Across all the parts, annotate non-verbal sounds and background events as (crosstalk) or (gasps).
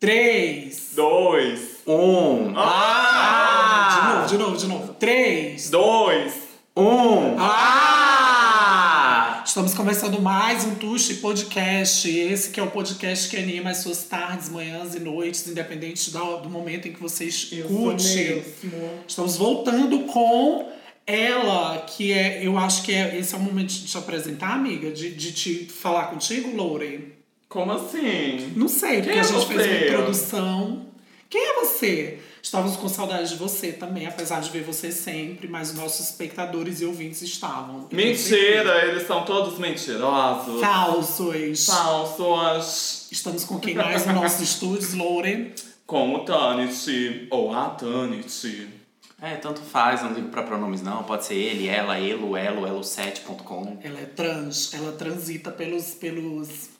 3, Dois. 1, ah! Ah! De novo, de novo, de novo. 3, Dois. 1. Ah! Estamos começando mais um Tuxi Podcast. Esse que é o podcast que anima as suas tardes, manhãs e noites, independente da- do momento em que você escute. Estamos voltando com ela, que é, eu acho que é, esse é o momento de te apresentar, amiga, de, de te falar contigo, Loure. Como assim? Não sei, porque Quem a é gente fez você? uma introdução. Quem é você? Estávamos com saudades de você também, apesar de ver você sempre, mas nossos espectadores e ouvintes estavam. Mentira, eles são todos mentirosos. é Falsos. Falsos. Estamos com quem mais nos nossos estúdios, Loure. Com o Tanit, ou a Tanit. É, tanto faz, eu não ligo pra pronomes não. Pode ser ele, ela, elo, elo, elo7.com. Ela é trans, ela transita pelos. pelos...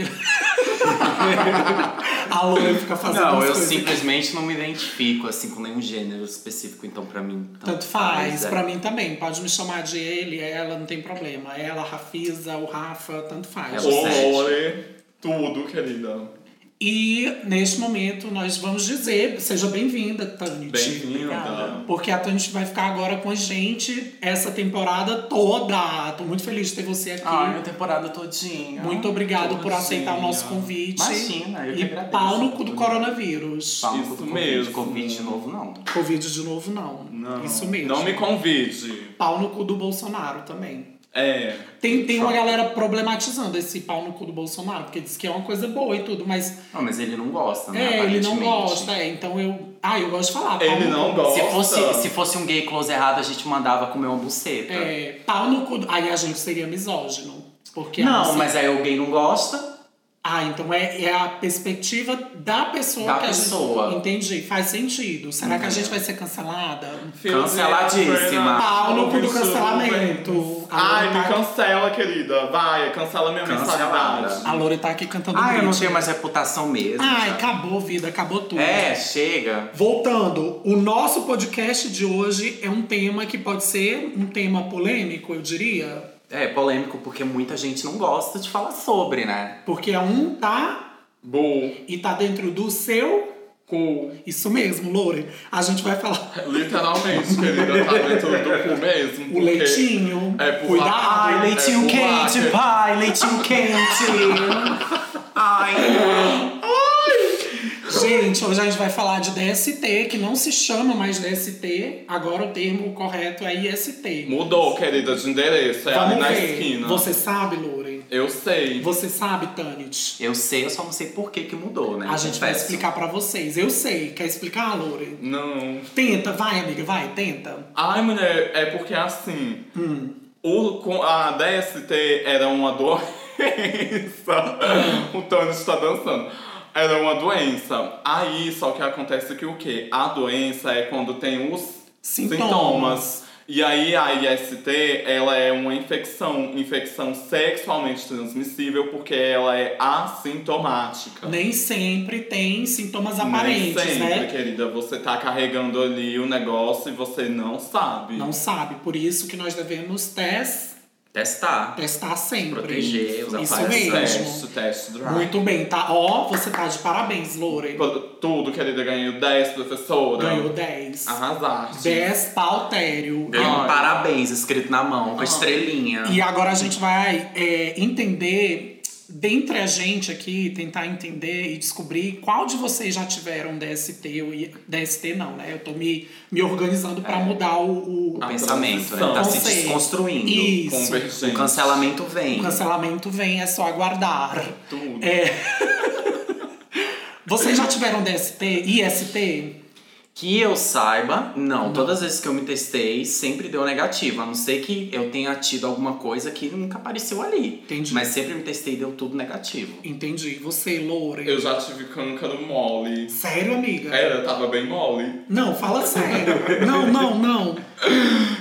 (laughs) a Loure fica fazendo Não, umas eu coisas. simplesmente não me identifico assim com nenhum gênero específico, então pra mim. tanto Tanto faz, é. pra mim também. Pode me chamar de ele, é ela, não tem problema. Ela, a Rafisa, o Rafa, tanto faz. É o Zé. Olore, tudo, querida. E neste momento nós vamos dizer, seja bem-vinda, Tanit. Bem-vinda. Porque a Tanit vai ficar agora com a gente essa temporada toda. Tô muito feliz de ter você aqui. Ai, Ah, minha temporada todinha. muito obrigado por todinha. aceitar o nosso convite. Imagina, eu que E agradeço. pau no cu do coronavírus. Fala um Isso do mesmo. Convite, convite de novo, não. Covid de novo, não. Não. Isso mesmo. Não me convide. Pau no cu do Bolsonaro também. É. Tem, tem uma galera problematizando esse pau no cu do Bolsonaro, porque diz que é uma coisa boa e tudo, mas Não, mas ele não Ah, gosta, né? É, ele não aparentemente. gosta, é. Então eu. Ah, eu gosto de falar. pau Ele no não cu. gosta. Se fosse, se fosse um gay close errado, a gente mandava comer uma buceta. É, pau no cu. Aí a gente seria misógino. Porque não, assim- mas aí o gay não gosta. Ah, então é, é a perspectiva da pessoa Da que a pessoa. gente. Entendi, faz sentido. Será que a gente vai ser cancelada? Canceladíssima. Pau no cu do Isso, cancelamento. Ai, Agora me tá- cancela, querida. Vai, cancela minha Cancelada. mensalidade. A Lore tá aqui cantando. Ah, eu não Britney. tenho mais reputação mesmo. Ai, sabe? acabou, vida, acabou tudo. É, chega. Voltando, o nosso podcast de hoje é um tema que pode ser um tema polêmico, eu diria. É polêmico porque muita gente não gosta de falar sobre, né? Porque a um tá Bull, e tá dentro do seu. cu. Isso mesmo, Lore. A gente vai É falar Literalmente, querida, tá dentro do cu mesmo. (laughs) o porque- leitinho. É, por cuidado. lá- Ai, leitinho É, quente, o lacre. pai, leitinho quente. (laughs) Ai. Gente, hoje a gente vai falar de DST, que não se chama mais DST. Agora o termo correto é IST. Mudou, querida, de endereço. É ali Vamos na ver. esquina. Você sabe, Lore? Eu sei. Você sabe, Tanit? Eu sei, eu só não sei por que que mudou, né? A gente vai Confesso. explicar pra vocês. Eu sei. Quer explicar, Lore? Não. Tenta, vai, amiga, vai, tenta. Ai, mulher, é porque assim. Hum. O, com- a DST era uma (laughs) doença. o Tony está dançando. Era uma doença. Aí, só que acontece que o quê? A doença é quando tem os Sintomas. sintomas. E aí a IST, ela é uma infecção, infecção sexualmente transmissível, porque ela é assintomática. Nem sempre tem sintomas Nem aparentes, sempre, né? querida, você tá carregando ali o negócio e você não sabe. não sabe. Por isso que nós devemos tes- Testar. testar sempre. Proteger, usar Isso várias mesmo. Teste, teste, drive. Muito bem, tá? Ó, você tá de parabéns, Lore. Tudo, querida, ganhei 10, professora. Ganhou 10. Ah, Arrasaste. 10 pautério. Ganhou um Ai. parabéns escrito na mão, com a estrelinha. E agora a gente vai é, entender, dentre a gente aqui, tentar entender e descobrir qual de vocês já tiveram DST ou I- DST não, né? Eu tô me, me organizando pra mudar o, o O pensamento, né? Não Tá se sei. desconstruindo. tipo, Isso. Convergente. O cancelamento O vem. cancelamento vem, é só aguardar. Tudo. Vocês já tiveram DST, IST? Que eu saiba, não. Todas as vezes que eu me testei, sempre deu negativo. A não ser que eu tenha tido alguma coisa que nunca apareceu ali. Entendi. Mas sempre me testei e deu tudo negativo. Entendi. Você, Loura. Eu É. já tive câncaro mole. Sério, amiga? Era, tava bem mole. Não, fala sério. não, não, não.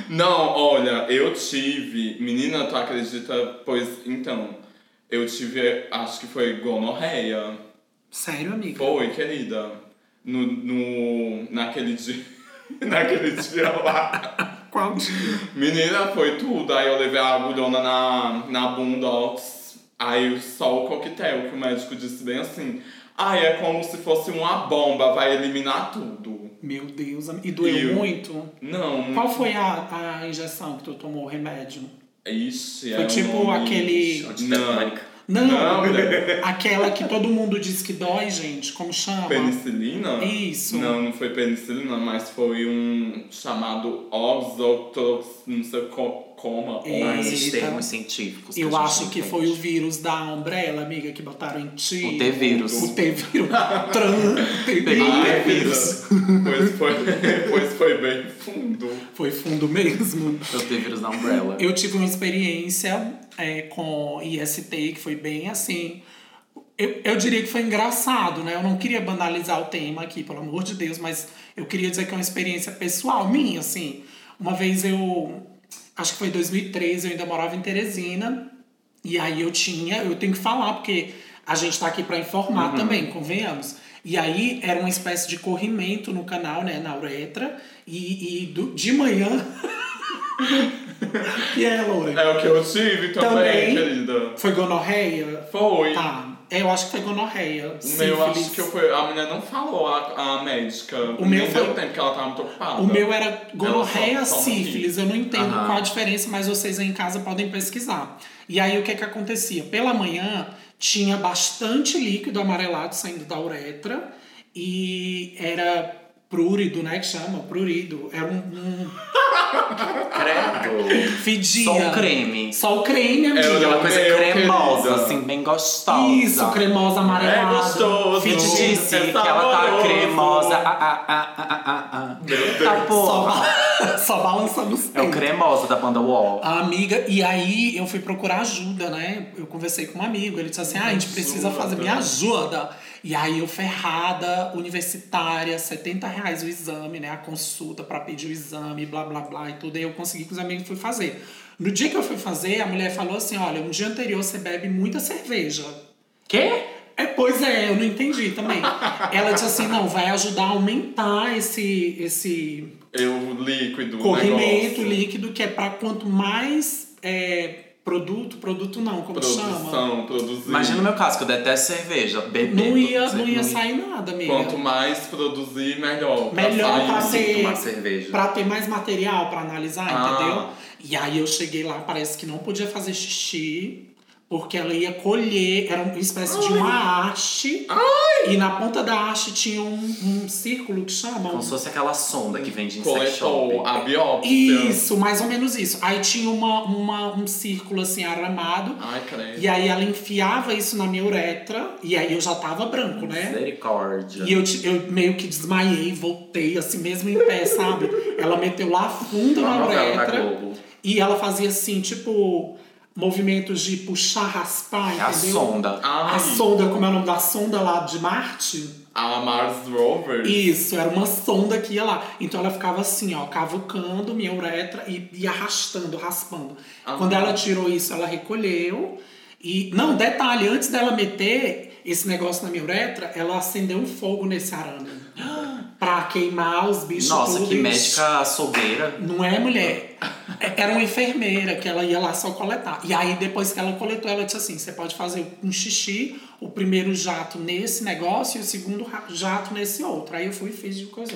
Não, olha, eu tive. Menina, tu acredita? Pois então, eu tive, acho que foi gonorreia. Sério, amiga? Foi, querida. No, no, naquele dia. (laughs) naquele dia lá. Qual dia? Menina, foi tudo. Aí eu levei a agulhona na, na bunda, ó. Aí só o coquetel, que o médico disse bem assim. Ah, é como se fosse uma bomba, vai eliminar tudo. Meu Deus, e doeu E o- muito? Não. Qual foi a, a injeção que tu tomou, o remédio? Ixi, Foi é um tipo nome- aquele- Não. Antitetânica. Não, Não, né? aquela que todo mundo diz que dói, gente, como chama? Penicilina? Isso. Não, não foi penicilina, mas foi um chamado oxotox, não sei co- coma. É. Com ox- esses Eita. termos científicos. Eu a gente acho que entende. foi o vírus da Umbrella, amiga, que botaram em ti. O T-vírus. O T-vírus. Tran- Pegou T-vírus. o Ai, T-vírus. vida. Pois foi, (laughs) pois foi bem fundo. Foi fundo mesmo. Foi o T-vírus da Umbrella. Eu tive uma experiência é, com IST que foi bem assim. Eu, eu diria que foi engraçado, né? Eu não queria banalizar o tema aqui, pelo amor de Deus, mas eu queria dizer que é uma experiência pessoal minha, assim. Uma vez eu. Acho que foi em 2013, eu ainda morava em Teresina. E aí eu tinha. Eu tenho que falar, porque a gente tá aqui para Uhum. informar também, convenhamos. E aí era uma espécie de corrimento no canal, né? Na uretra. E, e do- de manhã. (laughs) e é, Loura? É o que eu tive também, Também. querida. Foi gonorreia? Foi. Tá. É, Eu acho que foi gonorreia. O meu, acho sífilis. que eu fui. A mulher não falou, a, a médica. O meu não foi- deu tempo, porque ela tava muito ocupada. O meu era gonorreia, Ela só- só sífilis. Eu não entendo um Aham. qual a diferença, mas vocês aí em casa podem pesquisar. E aí o que que acontecia? Pela manhã tinha bastante líquido amarelado saindo da uretra e era prurido, né? Que chama prurido. Era um, um Credo. fedia. Só o creme. É Só o creme, amiga. Era Aquela Meu coisa tá. querido. cremosa, assim, bem gostosa. Isso, cremosa É amarelada. gostoso. Fit Fedida. disse É que ela tá saboroso. cremosa. Ah, ah, ah, ah, ah, ah, ah. Meu Deus. Tá Só, porra. ba- (laughs) só balançamos É o cremosa da banda Wall. A amiga, e aí eu fui procurar ajuda, né? Eu conversei com um amigo, ele disse assim: ah, a gente precisa fazer, me ajuda. E aí eu, ferrada, universitária, 70 reais o exame, né? A consulta pra pedir o exame, blá blá blá e tudo. E eu consegui que os amigos fui fazer. No dia que eu fui fazer, a mulher falou assim: olha, no dia anterior você bebe muita cerveja. Quê? É, pois é, eu não entendi também. Ela disse assim: não, vai ajudar a aumentar esse, esse Eu líquido. corrimento negócio. líquido que é para quanto mais é, produto, produto não, como chama? Produção, produzir. Imagina no meu caso, que eu detesto cerveja. Bebendo. Não ia, não ia sair nada, amiga. Quanto mais produzir, melhor. Melhor sair. pra ser- Tomar cerveja. Pra ter mais material pra analisar, Ah. entendeu? E aí eu cheguei lá, parece que não podia fazer xixi, porque ela ia colher, era uma espécie de uma haste. E na ponta da haste tinha um, um círculo que chama. Como um- se fosse aquela sonda que vende em sex shop. Coletou a biópsia. Isso, mais ou menos isso. Aí tinha uma, uma, um círculo assim aramado. Ai, credo. E aí ela enfiava isso na minha uretra, e aí eu já tava branco, né? Misericórdia. E eu, te- eu meio que desmaiei, voltei, assim mesmo em pé, sabe? Ela meteu lá fundo Tá Uma na novela da uretra Globo. e ela fazia assim, tipo, movimentos de puxar, raspar, É a entendeu? sonda. Ai, A sonda, como é o nome da sonda lá de Marte? a Mars Rover. Isso, era uma sonda que ia lá. Então ela ficava assim, ó, cavucando minha uretra e, e arrastando, raspando. Ah. Quando ela tirou isso, ela recolheu. E. Não, detalhe, antes dela meter esse negócio na minha uretra, ela acendeu um fogo nesse arame. (gasps) pra queimar os bichos. Nossa, tudo que e- médica açougueira. Não é mulher. É- Era uma enfermeira que ela ia lá só coletar. E aí, depois que ela coletou, ela disse assim: você pode fazer um xixi, o primeiro jato nesse negócio e o segundo ra- jato nesse outro. Aí eu fui e fiz de coisa.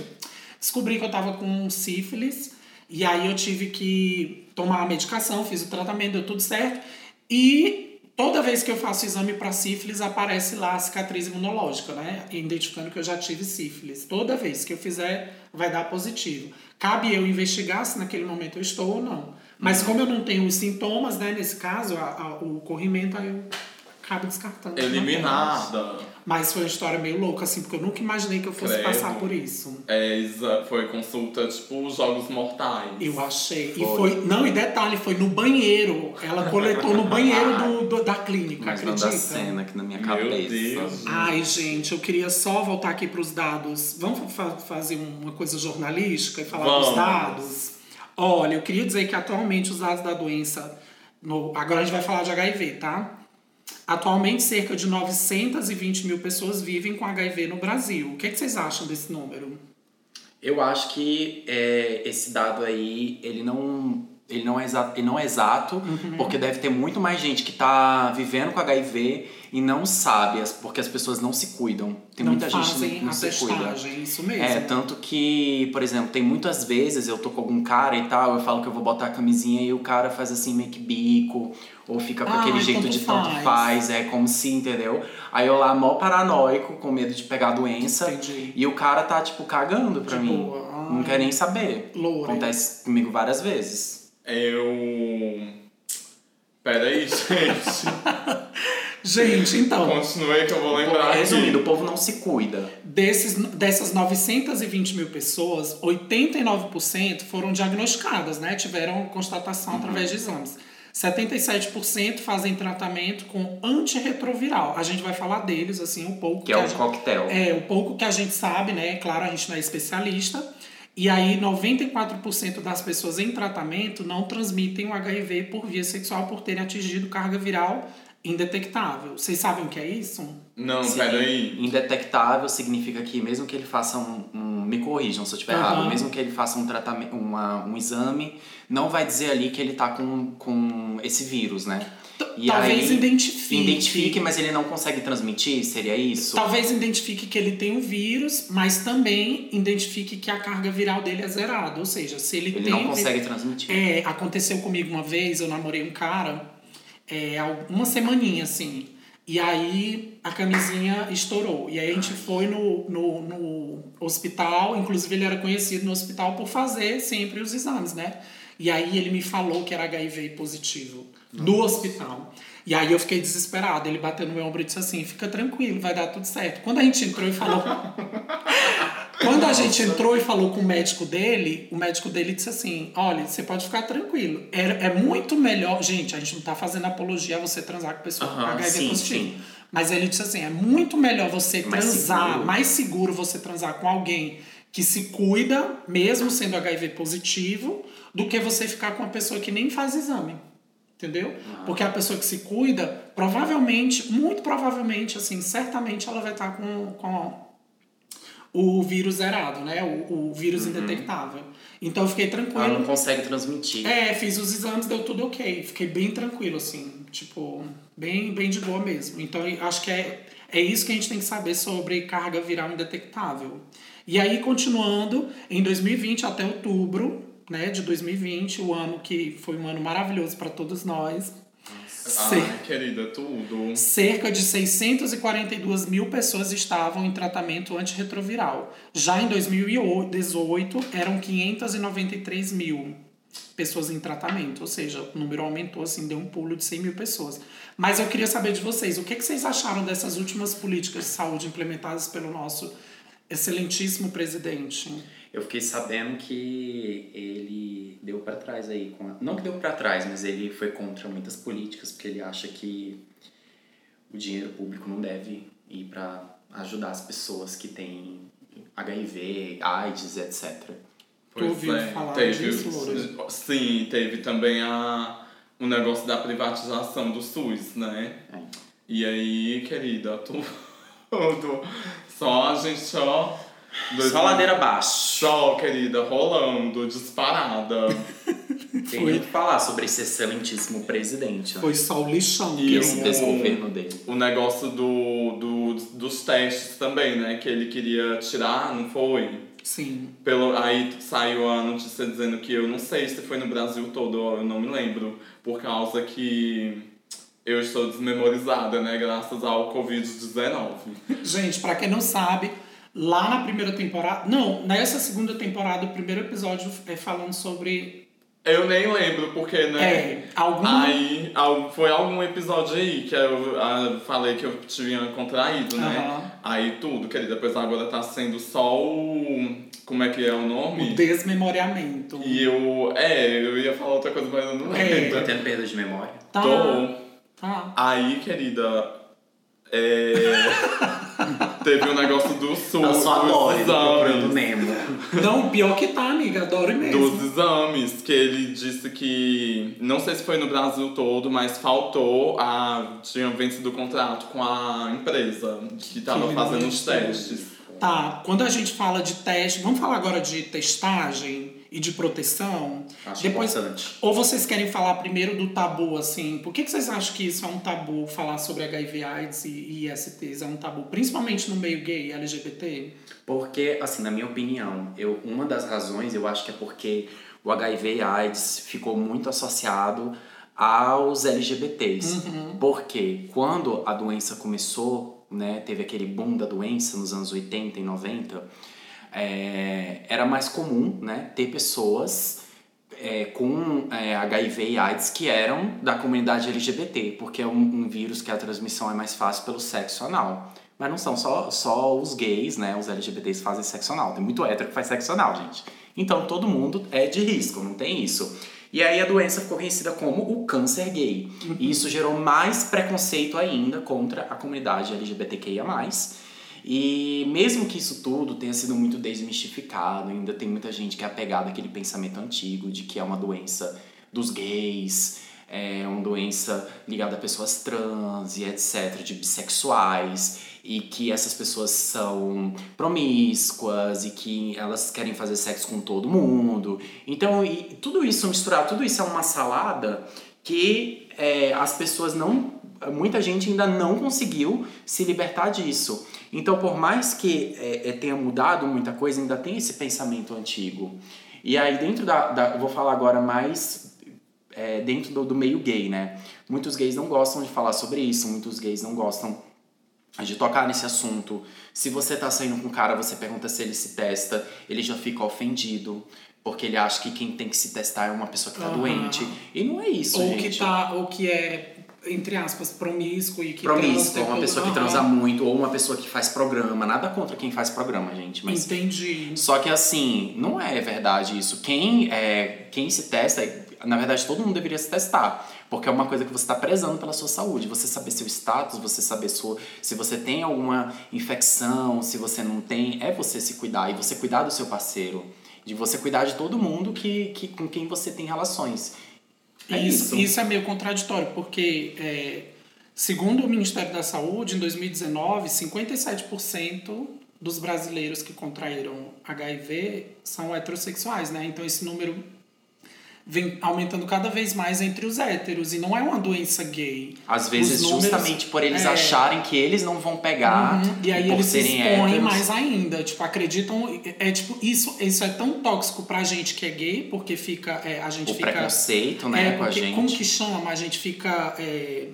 Descobri que eu tava com sífilis. E aí eu tive que tomar a medicação, fiz o tratamento, deu tudo certo. E toda vez que eu faço exame para sífilis, aparece lá a cicatriz imunológica, né? Identificando que eu já tive sífilis. Toda vez que eu fizer, vai dar positivo. Cabe eu investigar se naquele momento eu estou ou não. Mas Uhum. como eu não tenho os sintomas, né? Nesse caso, a- a- o corrimento, aí eu acabo descartando. Eliminada. Mas foi uma história meio louca, assim, porque eu nunca imaginei que eu fosse Credo. passar por isso. É, exa- foi consulta, tipo, os Jogos Mortais. Eu achei. E Foi. foi. Não, e detalhe, foi no banheiro. Ela coletou no banheiro do, do- da clínica, Mas não acredita? dá cena aqui na minha Meu cabeça. Deus. Ai, gente, eu queria só voltar aqui para os dados. Vamos fa- fazer uma coisa jornalística e falar Vamos. dos dados? Olha, eu queria dizer que atualmente os dados da doença. no- agora a gente vai falar de HIV, tá? Atualmente, cerca de 920 mil pessoas vivem com HIV no Brasil. O que, é que vocês acham desse número? Eu acho que é, esse dado aí, ele não ele não é exato, ele não é exato Uhum. porque deve ter muito mais gente que tá vivendo com HIV e não sabe, as- porque as pessoas não se cuidam. Tem não muita fazem gente que não a se cuida. testagem, isso mesmo. É, tanto que, por exemplo, tem muitas vezes eu tô com algum cara e tal, eu falo que eu vou botar a camisinha e o cara faz assim meio que bico, ou fica com Ah, aquele jeito tanto de tanto faz. faz, é como se, entendeu? Aí eu lá, mó paranoico, com medo de pegar a doença, Entendi. e o cara tá, tipo, cagando pra De mim. boa. Ah. Não quer nem saber. Loura. Acontece comigo várias vezes. Eu. Peraí, (laughs) gente. Gente, então, Continuei que eu vou lembrar. aqui. Resumindo, o povo não se cuida. é desses, dessas 920 mil pessoas, 89% foram diagnosticadas, né? Tiveram Uhum. constatação através de exames. 77% fazem tratamento com antirretroviral. A gente vai falar deles, assim, um pouco. Que é a o gente- coquetel. É, o pouco que a gente sabe, né? Claro, a gente não é especialista. E aí, 94% das pessoas em tratamento não transmitem o HIV por via sexual por terem atingido carga viral indetectável. Vocês sabem o que é isso? Não, Sim, peraí. Indetectável significa que mesmo que ele faça um, um- me corrijam se eu estiver errado, Aham. mesmo que ele faça um tratamento, uma, um exame, não vai dizer ali que ele tá com, com esse vírus, né? T- E Talvez aí, identifique. Identifique, mas ele não consegue transmitir, seria isso? Talvez identifique que ele tem o vírus, mas também identifique que a carga viral dele é zerada. Ou seja, se ele, Ele tem não o consegue transmitir. É, aconteceu comigo uma vez, eu namorei um cara, é, há uma semaninha, assim. E aí a camisinha estourou. E aí a gente foi no, no, no hospital, inclusive ele era conhecido no hospital por fazer sempre os exames, né? E aí ele me falou que era HIV positivo no hospital. E aí eu fiquei desesperado. Ele bateu no meu ombro e disse assim: fica tranquilo, vai dar tudo certo. Quando a gente entrou e falou quando a gente entrou e falou com o médico dele, o médico dele disse assim: olha, você pode ficar tranquilo. É, é muito melhor. Gente, a gente não tá fazendo apologia a você transar com pessoa com Aham, HIV sim, positivo. sim. Mas ele disse assim: é muito melhor você Mais transar, seguro. mais seguro você transar com alguém que se cuida, mesmo sendo HIV positivo, do que você ficar com uma pessoa que nem faz exame. Entendeu? Porque a pessoa que se cuida, provavelmente, muito provavelmente, assim, certamente ela vai estar com, com o vírus zerado, né? O, o vírus indetectável. Então eu fiquei Ela não tranquilo. consegue transmitir. É, fiz os exames, deu tudo ok. Fiquei bem tranquilo, assim. Tipo, bem, bem de boa mesmo. Então eu acho que é, é isso que a gente tem que saber sobre carga viral indetectável. E aí, continuando, em 2020 até outubro né, de 2020, o ano que foi um ano maravilhoso para todos nós. Sim. Ai, Ah, querida, tudo. Cerca de 642 mil pessoas estavam em tratamento antirretroviral. Já em 2018, eram 593 mil pessoas em tratamento, ou seja, o número aumentou, assim, deu um pulo de 100 mil pessoas. Mas eu queria saber de vocês, o que, que vocês acharam dessas últimas políticas de saúde implementadas pelo nosso excelentíssimo presidente? Eu fiquei sabendo que ele deu pra trás aí com a- não que deu pra trás, mas ele foi contra muitas políticas porque ele acha que o dinheiro público não deve ir pra ajudar as pessoas que têm HIV, AIDS, etc. Tu ouviu falar disso, Loura? é, Sim, teve também a, o negócio da privatização do SUS, né? E aí, querida, tudo. Só a gente, ó. dois- Só ladeira abaixo. Só, querida, rolando, disparada. Tem nem o que falar sobre esse excelentíssimo presidente, né? Foi um- só o lixão. E que eu- Esse desgoverno dele. o negócio do, do, dos testes também, né? Que ele queria tirar, não foi? Sim. Pelo, aí saiu a notícia dizendo que eu não sei se foi no Brasil todo, eu não me lembro, por causa que eu estou desmemorizada, né? Graças ao Covid-19. Gente, pra quem não sabe, lá na primeira temporada. Não, nessa segunda temporada, o primeiro episódio é falando sobre. Eu nem lembro, porque, né? É, alguma. Aí al- foi algum episódio aí que eu ah, falei que eu tinha contraído, Aham. né? Aí tudo, querida, pois agora tá sendo só o. Como é que é o o nome? desmemoriamento. E eu. É, eu ia falar outra coisa, mas eu não É. lembro. Tá tendo perda de memória. Tá. Tô. Tá. Aí, querida, é... (laughs) teve um negócio do sul, Eu Tá só dos adoro procurando exames, Nemo. Não, pior que tá, amiga. Adoro mesmo. dos exames, que ele disse que, não sei se foi no Brasil todo, mas faltou, a... tinha vencido o contrato com a empresa que tava Que fazendo os lindo. testes. Tá. Quando a gente fala de teste. Vamos falar agora de testagem. e de proteção. Acho Depois- importante. Ou vocês querem falar primeiro do tabu, assim? Por que, que vocês acham que isso é um tabu, falar sobre HIV, AIDS e, e ISTs é um tabu? Principalmente no meio gay e LGBT? Porque, assim, na minha opinião, eu, uma das razões eu acho que é porque o HIV e AIDS ficou muito associado aos LGBTs. Uhum. Porque quando a doença começou, né, teve aquele boom da doença nos anos 80 e 90, é, era mais comum né, ter pessoas é, com é, HIV e AIDS que eram da comunidade LGBT, porque é um, um vírus que a transmissão é mais fácil pelo sexo anal. Mas não são só, só os gays, né? Os LGBTs fazem sexo anal. Tem muito hétero que faz sexo anal, gente. Então todo mundo é de risco, não tem isso. E aí a doença ficou conhecida como o câncer gay. E isso gerou mais preconceito ainda contra a comunidade LGBTQIA. E mesmo que isso tudo tenha sido muito desmistificado, ainda tem muita gente que é apegada àquele pensamento antigo de que é uma doença dos gays, é uma doença ligada a pessoas trans e etc, de bissexuais, e que essas pessoas são promíscuas e que elas querem fazer sexo com todo mundo. Então, e tudo isso misturado, tudo isso é uma salada que é, as pessoas não. Muita gente ainda não conseguiu se libertar disso. Então, por mais que é, é, tenha mudado muita coisa, ainda tem esse pensamento antigo. E aí, dentro da. da eu vou falar agora mais é, dentro do, do meio gay, né? Muitos gays não gostam de falar sobre isso, muitos gays não gostam de tocar nesse assunto. Se você tá saindo com um cara, você pergunta se ele se testa, ele já fica ofendido, porque ele acha que quem tem que se testar é uma pessoa que tá Aham. doente. E não é isso, ou gente. que tá, ou que é, entre aspas, promíscuo e que transa Promíscua, e uma tudo. pessoa que Aham. transa muito, ou uma pessoa que faz programa. Nada contra quem faz programa, gente, mas Entendi. Só que assim, não é verdade isso. Quem, é, quem se testa, na verdade, todo mundo deveria se testar. Porque é uma coisa que você está prezando pela sua saúde. Você saber seu status, você saber sua, se você tem alguma infecção, se você não tem, é você se cuidar e você cuidar do seu parceiro. De você cuidar de todo mundo que, que, com quem você tem relações. É isso. isso. isso é meio contraditório, porque, é, segundo o Ministério da Saúde, em 2019, 57% dos brasileiros que contraíram HIV são heterossexuais, né? Então esse número vem aumentando cada vez mais entre os héteros. E não é uma doença gay. Às vezes, Os números- justamente por eles é. acharem que eles não vão pegar. Uhum. E aí por eles se serem expõem héteros. mais ainda. Tipo, acreditam. É tipo, isso, isso é tão tóxico pra gente que é gay, porque fica. é, a gente O fica. preconceito, né, é, com a porque gente. Como que chama? A gente fica. é,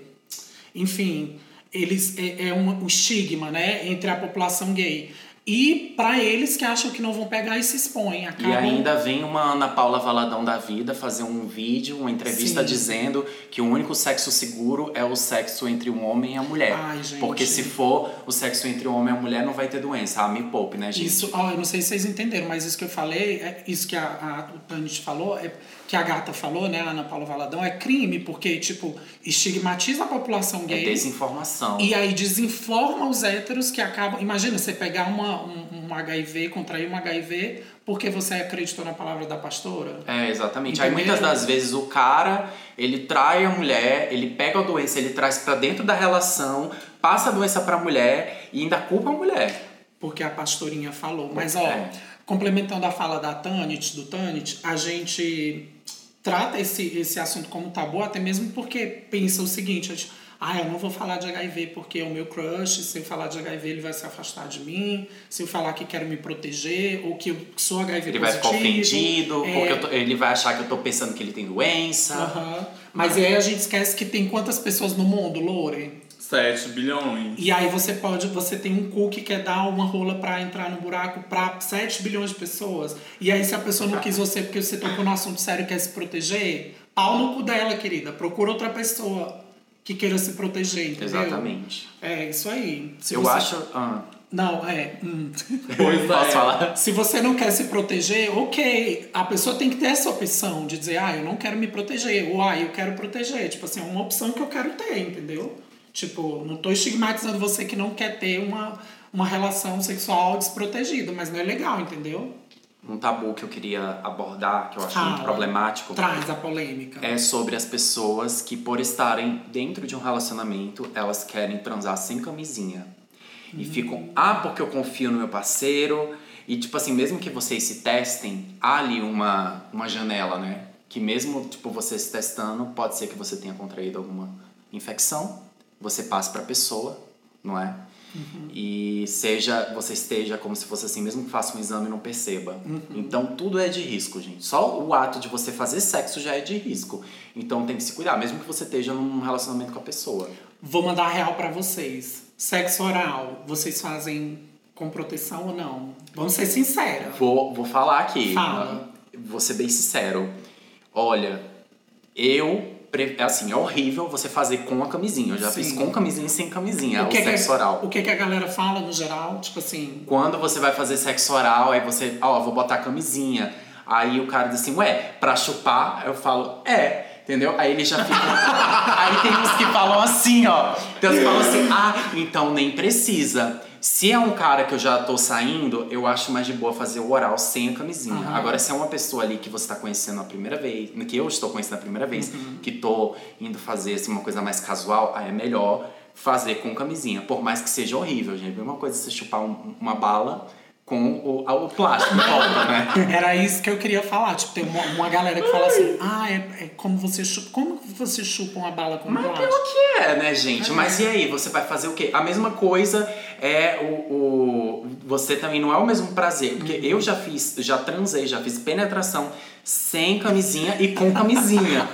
enfim, eles é, é um, um estigma, né? Entre a população gay. E pra eles que acham que não vão pegar e se expõem. Acabam, E ainda vem uma Ana Paula Valadão da vida fazer um vídeo, uma entrevista Sim. dizendo que o único sexo seguro é o sexo entre um homem e a mulher. Ai, gente. Porque se for o sexo entre um homem e a mulher, não vai ter doença. Ah, me poupe, né, gente? Isso, ó, eu não sei se vocês entenderam, mas isso que eu falei, é- isso que a, a, o Tânis falou, é, que a gata falou, né, a Ana Paula Valadão, é crime, porque, tipo, estigmatiza a população É gay. desinformação. E aí desinforma os héteros que acabam. Imagina você pegar uma, um, um HIV, contrair um HIV, porque você acreditou na palavra da pastora? É, exatamente. Aí Entendeu? muitas das vezes o cara, ele trai a mulher, ele pega a doença, ele traz pra dentro da relação, passa a doença pra mulher e ainda culpa a mulher. Porque a pastorinha falou. Mas, ó, É. complementando a fala da Tanit, do Tanit, a gente trata esse, esse assunto como tabu, até mesmo porque pensa o seguinte: a gente, ah, eu não vou falar de HIV porque é o meu crush, se eu falar de HIV ele vai se afastar de mim, se eu falar que quero me proteger, ou que eu sou HIV Ele vai É positivo. ficar ofendido, é, porque eu tô- ele vai achar que eu tô pensando que ele tem doença. Aham. Mas aí a gente esquece que tem quantas pessoas no mundo, Lore? 7 (laughs) bilhões. E aí você pode, você tem um cu que quer dar uma rola pra entrar no buraco pra 7 bilhões de pessoas. E aí se a pessoa não quis você porque você tocou no assunto sério e quer se proteger, pau no cu dela, querida. Procura outra pessoa que queira se proteger, entendeu? Exatamente. É isso aí. Se eu você- acho. ah, Não, é. hum. (laughs) Pois (laughs) posso é. falar? Se você não quer se proteger, ok. A pessoa tem que ter essa opção de dizer, ah, eu não quero me proteger, ou ah, eu quero proteger. Tipo assim, é uma opção que eu quero ter, entendeu? Tipo, não tô estigmatizando você que não quer ter uma, uma relação sexual desprotegida, mas não é legal, entendeu? Um tabu que eu queria abordar, que eu acho muito Fala. problemático, Traz a polêmica. é sobre as pessoas que, por estarem dentro de um relacionamento, elas querem transar sem camisinha. E ficam, ah, porque eu confio no meu parceiro. E, tipo assim, mesmo que vocês se testem, há ali uma, uma janela, né? Que mesmo, tipo, você se testando, pode ser que você tenha contraído alguma infecção, você passe pra pessoa, não é? E seja, você esteja como se fosse assim, mesmo que faça um exame e não perceba. Uhum. Então tudo é de risco, gente. Só o ato de você fazer sexo já é de risco. Então tem que se cuidar, mesmo que você esteja num relacionamento com a pessoa. Vou mandar a real pra vocês. Sexo oral, vocês fazem com proteção ou não? Vamos ser sinceros. Vou, vou falar aqui. Fala. Vou ser bem sincero. Olha, eu. pre- é Assim, é horrível você fazer com a camisinha. Eu já Sim. fiz com camisinha e sem camisinha. O, é que- sexo oral. O que, é que a galera fala no geral? Tipo assim, Quando você vai fazer sexo oral, aí você, ó, vou botar a camisinha. Aí o cara diz assim, ué, pra chupar? Eu falo, é. Entendeu? Aí ele já fica. (laughs) aí tem uns que falam assim, ó. Tem uns que falam assim, ah, então nem precisa. Se é um cara que eu já tô saindo, eu acho mais de boa fazer o oral sem a camisinha. Aham. Agora, se é uma pessoa ali que você tá conhecendo a primeira vez, que eu estou conhecendo a primeira vez, que tô indo fazer assim, uma coisa mais casual, aí é melhor fazer com camisinha. Por mais que seja horrível, gente. É uma coisa você chupar um- uma bala com o, a- o plástico em volta, né? era isso que eu queria falar. Tipo, tem uma, uma galera que fala assim, ah, é, é como você chupa. Como que você chupa uma bala com um plástico? que é, né, gente? Mas e aí, você vai fazer o quê? A mesma coisa é o. o você também não é o mesmo prazer. Porque eu já fiz, já transei, já fiz penetração sem camisinha e com camisinha.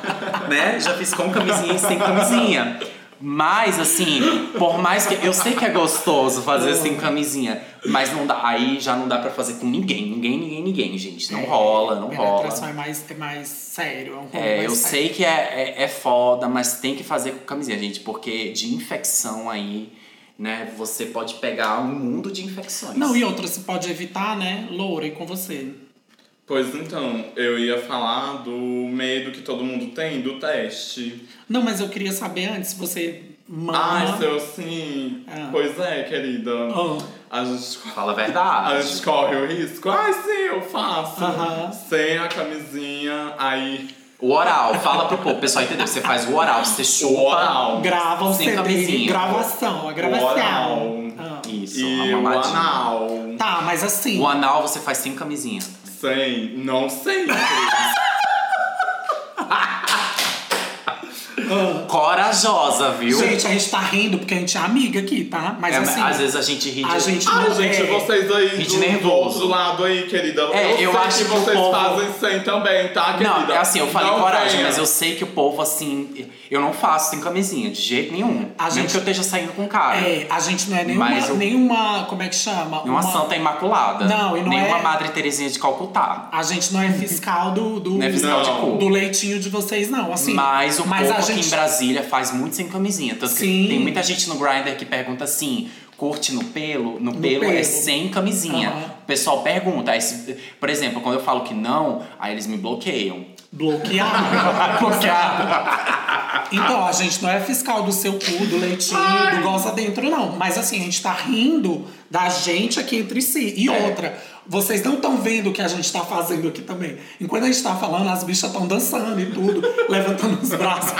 né? Já fiz com camisinha e sem camisinha. Mas assim, por mais que. Eu sei que é gostoso fazer sem camisinha, mas não dá. Aí já não dá pra fazer com ninguém. Ninguém, ninguém, ninguém, gente. Não rola, não rola. Penetração é mais, é mais sério. É, um rolê É, mais eu sério. sei que é, é, é foda, mas tem que fazer com camisinha, gente, porque de infecção aí, né, você pode pegar um mundo de infecções. Não, e outra, se pode evitar, né? Loura, e com você? Pois então, eu ia falar do medo que todo mundo tem do teste. Ah, Não, mas eu queria saber antes, se você Ah, Ai, mama... seu é sim. Ah. Pois é, querida. Ah. A gente Fala a A verdade. gente corre Ah, o risco. Ai, sim, eu faço. Aham. Sem a camisinha, aí. O oral, fala pro povo, o pessoal entendeu? Você faz o oral, você chupa. O oral. Grava um Sem CD, camisinha. gravação, a oral. gravação. Ah. Isso, e a o mamadinha. anal. Tá, mas assim... O anal você faz sem camisinha. Sem. Não (laughs) sempre. ah. Corajosa, viu? Gente, a gente tá rindo porque a gente é amiga aqui, tá? Mas É, assim, às vezes a gente ri de... a gente Ai, não gente, é. vocês aí Gente do, do nervoso. outro lado aí, querida. É, eu sei acho que que o vocês povo- fazem sem também, tá, querida? Não, é assim, eu falei Não coragem, venha. mas eu sei que o povo, assim, eu não faço sem camisinha, de jeito nenhum. A Mesmo gente- que eu esteja saindo com o cara. É, a gente não é nenhuma, Mas eu- nenhuma como é que chama? Nenhuma santa tá imaculada. Não, e não Nem uma é- Madre Terezinha de Calcutá. A gente não é fiscal do, do, Não é Não. fiscal de cu. do leitinho de vocês, não. Assim, mas o mas povo a aqui gente em Brasília faz muito sem camisinha. Tanto que Sim. tem muita gente no Grindr que pergunta assim, curte no pelo? No, No pelo, é pelo. sem camisinha. Aham. O pessoal pergunta. aí se- por exemplo, quando eu falo que não, aí eles me bloqueiam. (laughs) bloqueado. bloqueado. Então, a gente não é fiscal do seu cu, do leitinho, do goza dentro, não. Mas assim, a gente tá rindo da gente aqui entre si. E É. outra, vocês não estão vendo o que a gente tá fazendo aqui também. Enquanto a gente tá falando, as bichas estão dançando e (laughs) tudo, levantando os braços.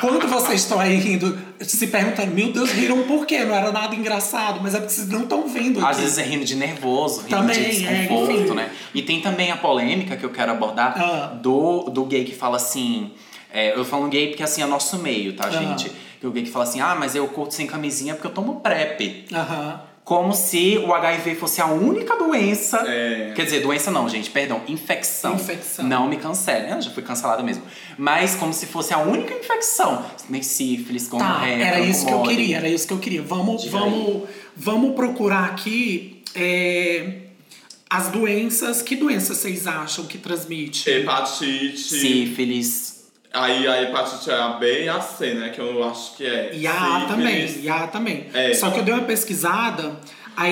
Quando vocês estão aí rindo, se perguntando, meu Deus, riram por quê? Não era nada engraçado, mas é porque vocês não estão vendo aqui. Às vezes é rindo de nervoso, rindo Também, de é, desconforto, enfim. né? E tem também a polêmica que eu quero abordar Ah. do, do gay que fala assim. é, eu falo gay porque assim é nosso meio, Ah. tá, gente? Que o gay que fala assim, ah, mas eu curto sem camisinha porque eu tomo PrEP. Aham. Como se o HIV fosse a única doença. É. Quer dizer, doença não, gente, perdão, infecção. Infecção. Não me cancele, né? Já fui cancelada mesmo. Mas como se fosse a única infecção. Nem sífilis, Tá, gonorreia, era isso que eu camomile. queria, era isso que eu queria. Vamos, Diga vamos, vamos procurar aqui é, as doenças. Que doenças vocês acham que transmite? Hepatite. Sífilis. Aí a hepatite é a B e a C, né? Que eu acho que é. E a A também, Sífilis. e a A também. É. Só que eu dei uma pesquisada, a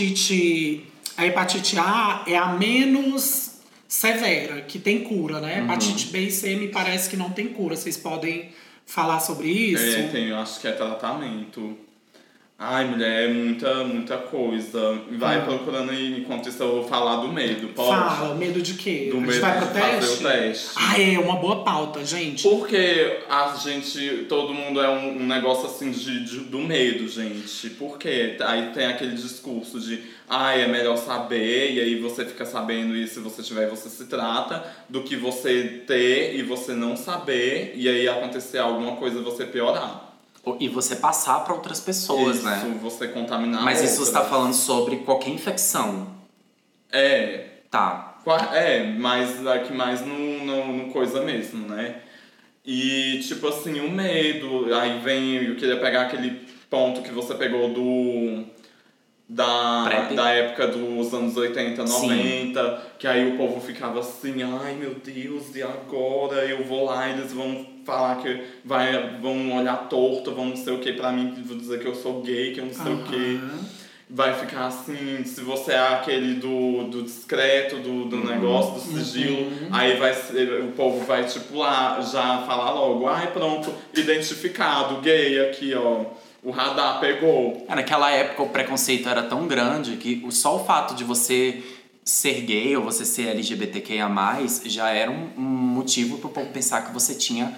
hepatite, a hepatite A é a menos severa, que tem cura, né? Hepatite B e C me parece que não tem cura. Vocês podem falar sobre isso? É, tem, eu acho que é tratamento. Ai, mulher, é muita, muita coisa. Vai procurando aí enquanto isso eu vou falar do medo, pode? Hum. Fala, medo de quê? Do a gente medo vai pro de teste? fazer o teste. Ah, é uma boa pauta, gente. Porque a gente. Todo mundo é um, um negócio assim de, de- do medo, gente. Porque aí tem aquele discurso de ai, é melhor saber, e aí você fica sabendo e se você tiver, você se trata, do que você ter e você não saber, e aí acontecer alguma coisa e você piorar. E você passar pra outras pessoas, isso, Ah, é né? você contaminar. Mas isso você outras. tá falando sobre qualquer infecção. É, Tá. Qua- É, mas aqui mais no, no, no coisa mesmo, né? E tipo assim, o medo, aí vem, eu queria pegar aquele ponto que você pegou do. Da, Prep. da época dos anos 80, Sim. 90, que aí o povo ficava assim, ai meu Deus, e agora eu vou lá, eles vão falar que vai, vão olhar torto, vão não sei o que pra mim, vão dizer que eu sou gay, que eu não sei o que Aham. vai ficar assim, se você é aquele do, do discreto, do, do Uhum. negócio, do sigilo, aí vai ser- o povo vai tipo lá, já falar logo, ai pronto, identificado, gay aqui, ó. O radar pegou. É, naquela época o preconceito era tão grande que o- só o fato de você ser gay ou você ser LGBTQIA+, já era um, um motivo pro povo pensar que você tinha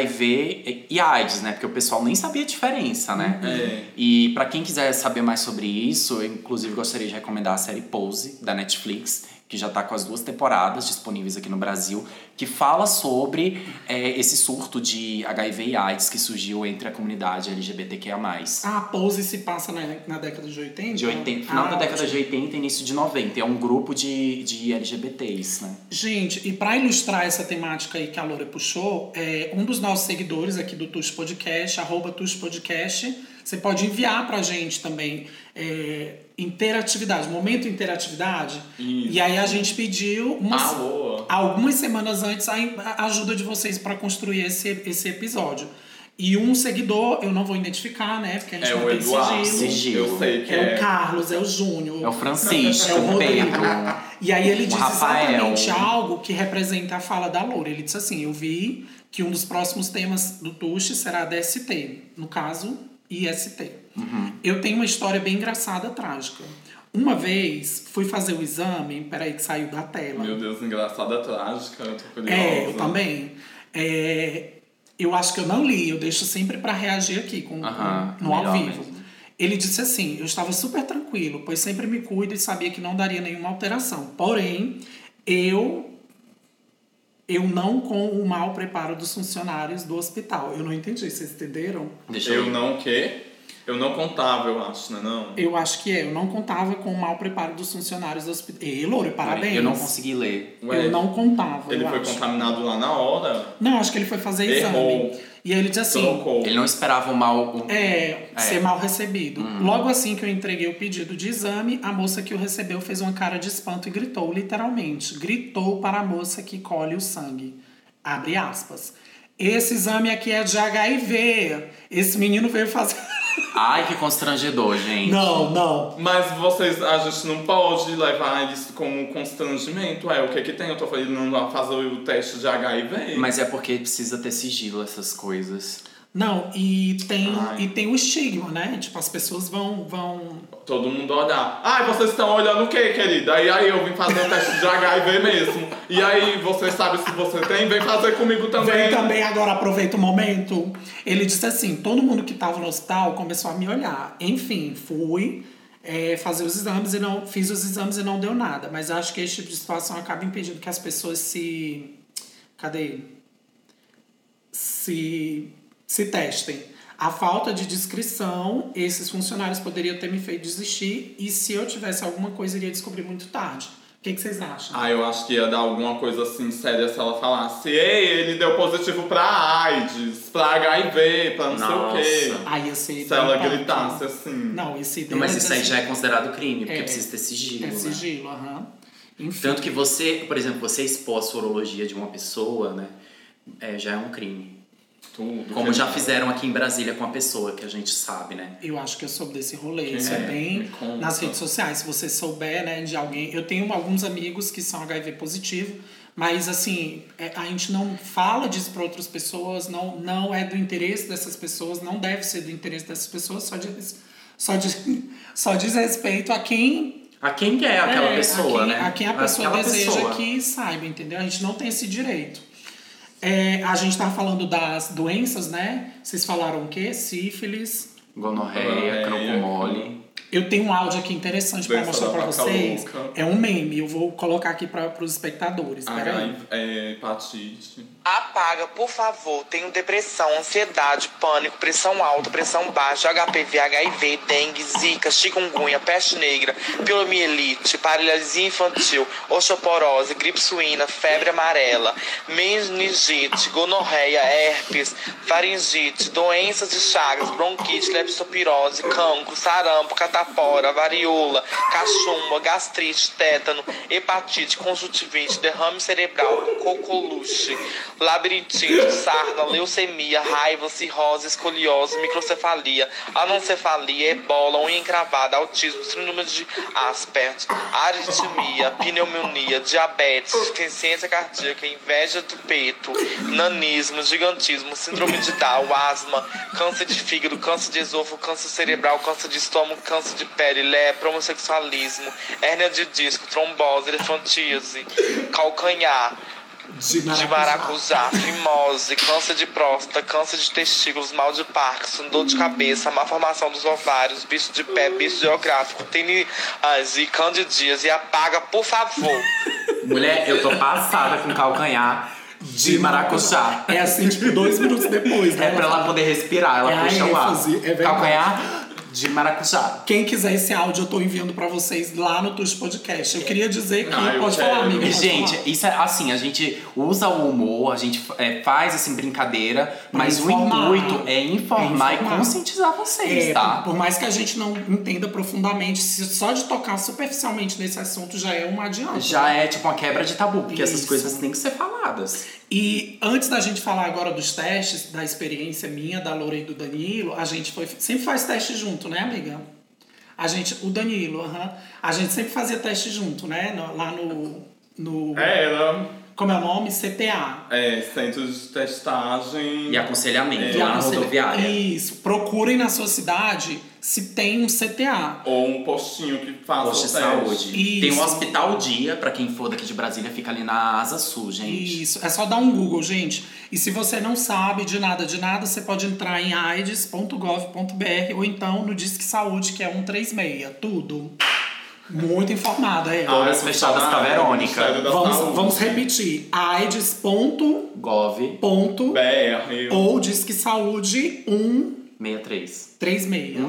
HIV e AIDS, né? Porque o pessoal nem sabia a diferença, né? Uhum. É. E pra quem quiser saber mais sobre isso, eu inclusive gostaria de recomendar a série Pose da Netflix, que já tá com as duas temporadas disponíveis aqui no Brasil, que fala sobre é, esse surto de HIV e AIDS que surgiu entre a comunidade LGBTQIA+. Ah, a Pose se passa na, na década de 80? De 80, final Ah, da década de 80 e início de 90. É um grupo de, de LGBTs, né? Gente, e para ilustrar essa temática aí que a Loura puxou, é, um dos nossos seguidores aqui do Tush Podcast, arroba Tush Podcast, você pode enviar pra gente também é, interatividade, momento interatividade. Isso. E aí a gente pediu uma, Alô? algumas semanas antes a, a ajuda de vocês para construir esse, esse episódio. E um seguidor, eu não vou identificar, né? Porque a gente É não o tem Eduardo. sigilo. Sigilo. Eu sei que É o é. Carlos, é o Júnior. É o Francisco, É o o Rodrigo. Pedro. E aí ele O diz Rafael. exatamente algo que representa a fala da Loura. Ele disse assim: Eu vi que um dos próximos temas do Tuxi será DST, no caso, IST. Uhum. Eu tenho uma história bem engraçada, trágica. Uma vez fui fazer o exame, peraí que saiu da tela. Meu Deus, engraçada trágica, eu tô curiosa. É, eu também. É, eu acho que eu não li, eu deixo sempre pra reagir aqui com, Aham, com- no ao melhor vivo. mesmo. Ele disse assim: eu estava super tranquilo, pois sempre me cuido e sabia que não daria nenhuma alteração. Porém, eu. Eu não com o mau preparo dos funcionários do hospital. Eu não entendi, vocês entenderam? Deixa eu, Eu não o quê? Eu não contava, eu acho, né? Não. Eu acho que é, eu não contava com o mau preparo dos funcionários do hospital. Ei, Loura, parabéns. eu não é, consegui ler. Ué, Eu não contava. Ele eu foi acho. contaminado lá na hora, Não, acho que ele foi fazer Errou. exame. E aí ele disse assim: trocou. Ele não esperava o mal. o- É, É. ser mal recebido. Logo assim que eu entreguei o pedido de exame, a moça que o recebeu fez uma cara de espanto e gritou, literalmente. Gritou para a moça que colhe o sangue. Abre aspas. Esse exame aqui é de HIV. Esse menino veio fazer. Ai, que constrangedor, gente. Não, não. Mas vocês, a gente não pode levar isso como um constrangimento. É, o que que tem? Eu tô falando, não vai fazer o teste de HIV. Mas é porque precisa ter sigilo essas coisas. Não, e tem, Ai. e tem o estigma, né? Tipo, as pessoas vão. vão... Todo mundo olhar. Ai, vocês estão olhando o quê, querida? E aí eu vim fazer o teste de HIV mesmo. E aí, você sabe se você tem? Vem fazer comigo também. Vem também agora, aproveita o momento. Ele disse assim: todo mundo que estava no hospital começou a me olhar. Enfim, fui é, fazer os exames e não. Fiz os exames e não deu nada. Mas acho que esse tipo de situação acaba impedindo que as pessoas se. Cadê? Se. se testem. A falta de discrição, esses funcionários poderiam ter me feito desistir e se eu tivesse alguma coisa, iria descobrir muito tarde. O que, que vocês acham? Ah, eu acho que ia dar alguma coisa assim séria se ela falasse. Ei, ele deu positivo pra AIDS, pra HIV, pra não Nossa. Então tá. sei o quê. Aí assim. Se ela gritasse assim. Não, esse Não, mas isso aí assim, já é considerado crime, porque É. precisa ter sigilo. É né? sigilo, aham. Enfim. Tanto que você, por exemplo, você expor a sorologia de uma pessoa, né? é, já é um crime. Tudo. Como que- já fizeram aqui em Brasília com a pessoa, que a gente sabe, né? Eu acho que eu soube desse rolê. Quem Isso é? é bem Me conta. nas redes sociais. Se você souber, né, de alguém. Eu tenho alguns amigos que são HIV positivo, mas assim, é- a gente não fala disso para outras pessoas, não, não é do interesse dessas pessoas, não deve ser do interesse dessas pessoas, só de eles Só diz, (laughs) só diz respeito a quem, A quem é aquela é, pessoa, a quem, né? a quem a pessoa Aquela deseja pessoa. que saiba, entendeu? A gente não tem esse direito. É, a gente tá falando das doenças, né? Vocês falaram o quê? Sífilis. Gonorreia, Gonorreia, crocomole. Eu tenho um áudio aqui interessante para Doença mostrar da para vaca vocês. louca. É um meme, eu vou colocar aqui para os espectadores. Peraí. HIV, é, hepatite. Apaga, por favor. Tenho depressão, ansiedade, pânico, pressão alta, pressão baixa, HPV, HIV, dengue, zika, chikungunya, peste negra, pilomielite, paralisia infantil, osteoporose, gripe suína, febre amarela, meningite, gonorreia, herpes, faringite, doenças de chagas, bronquite, leptopirose, cancro, sarampo, catapora, varíola, cachumba, gastrite, tétano, hepatite, conjuntivite, derrame cerebral, cocoluche, labirintite, sarna, leucemia, raiva, cirrose, escoliose, microcefalia, anencefalia, ebola, unha encravada, autismo, síndrome de Asperger, aritmia, pneumonia, diabetes, deficiência cardíaca, inveja do peito, nanismo, gigantismo, síndrome de Down, asma, câncer de fígado, câncer de esôfago, câncer cerebral, câncer de estômago, câncer de pele, lepra, homossexualismo, hérnia de disco, trombose, elefantíase, calcanhar, De de maracujá, fimose, câncer de próstata, câncer de testículos, mal de Parkinson, dor de cabeça, malformação dos ovários, bicho de pé, bicho geográfico, tenias e candidias e apaga, por favor. Mulher, eu tô passada com calcanhar de maracujá. É assim, tipo, dois minutos depois, né? (laughs) É pra ela poder respirar, ela É a puxa o ar. ênfase, é verdade. calcanhar de maracujá. Quem quiser esse áudio, eu tô enviando pra vocês lá no Twitch Podcast. Eu queria dizer que. Ah, eu pode quero. falar, amiga. E, pode gente, falar. isso é assim, a gente usa o humor, a gente é, faz assim brincadeira, mas informar. o intuito é informar, É informar. e conscientizar vocês, É, tá? por mais que a gente não entenda profundamente, se só de tocar superficialmente nesse assunto já é uma adianta. Já é tipo uma quebra de tabu, porque essas Isso. coisas têm que ser faladas. E antes da gente falar agora dos testes, da experiência minha, da Loura e do Danilo, a gente foi. Sempre faz teste junto, né, amiga? A gente, o Danilo, aham. a gente sempre fazia teste junto, né? No- lá no. no É, Era Como é o nome? CTA. é, centro de testagem. E aconselhamento É, lá na Você- rodoviária. Isso. Procurem na sua cidade se tem um CTA. Ou um postinho que faça Posto de o teste. saúde. Tem um é. Isso. hospital dia, pra quem for daqui de Brasília, fica ali na Asa Sul, gente. Isso. É só dar um Google, gente. E se você não sabe de nada, de nada, você pode entrar em aids.gov.br ou então no Disque Saúde, que é 136. Tudo. Muito informada, é. Área Todas fechadas pra funcionária, Verônica. Ministério da Vamos, Saúde. vamos repetir. aids.gov Gov BR. ou Disque Saúde 136. 63. É 136.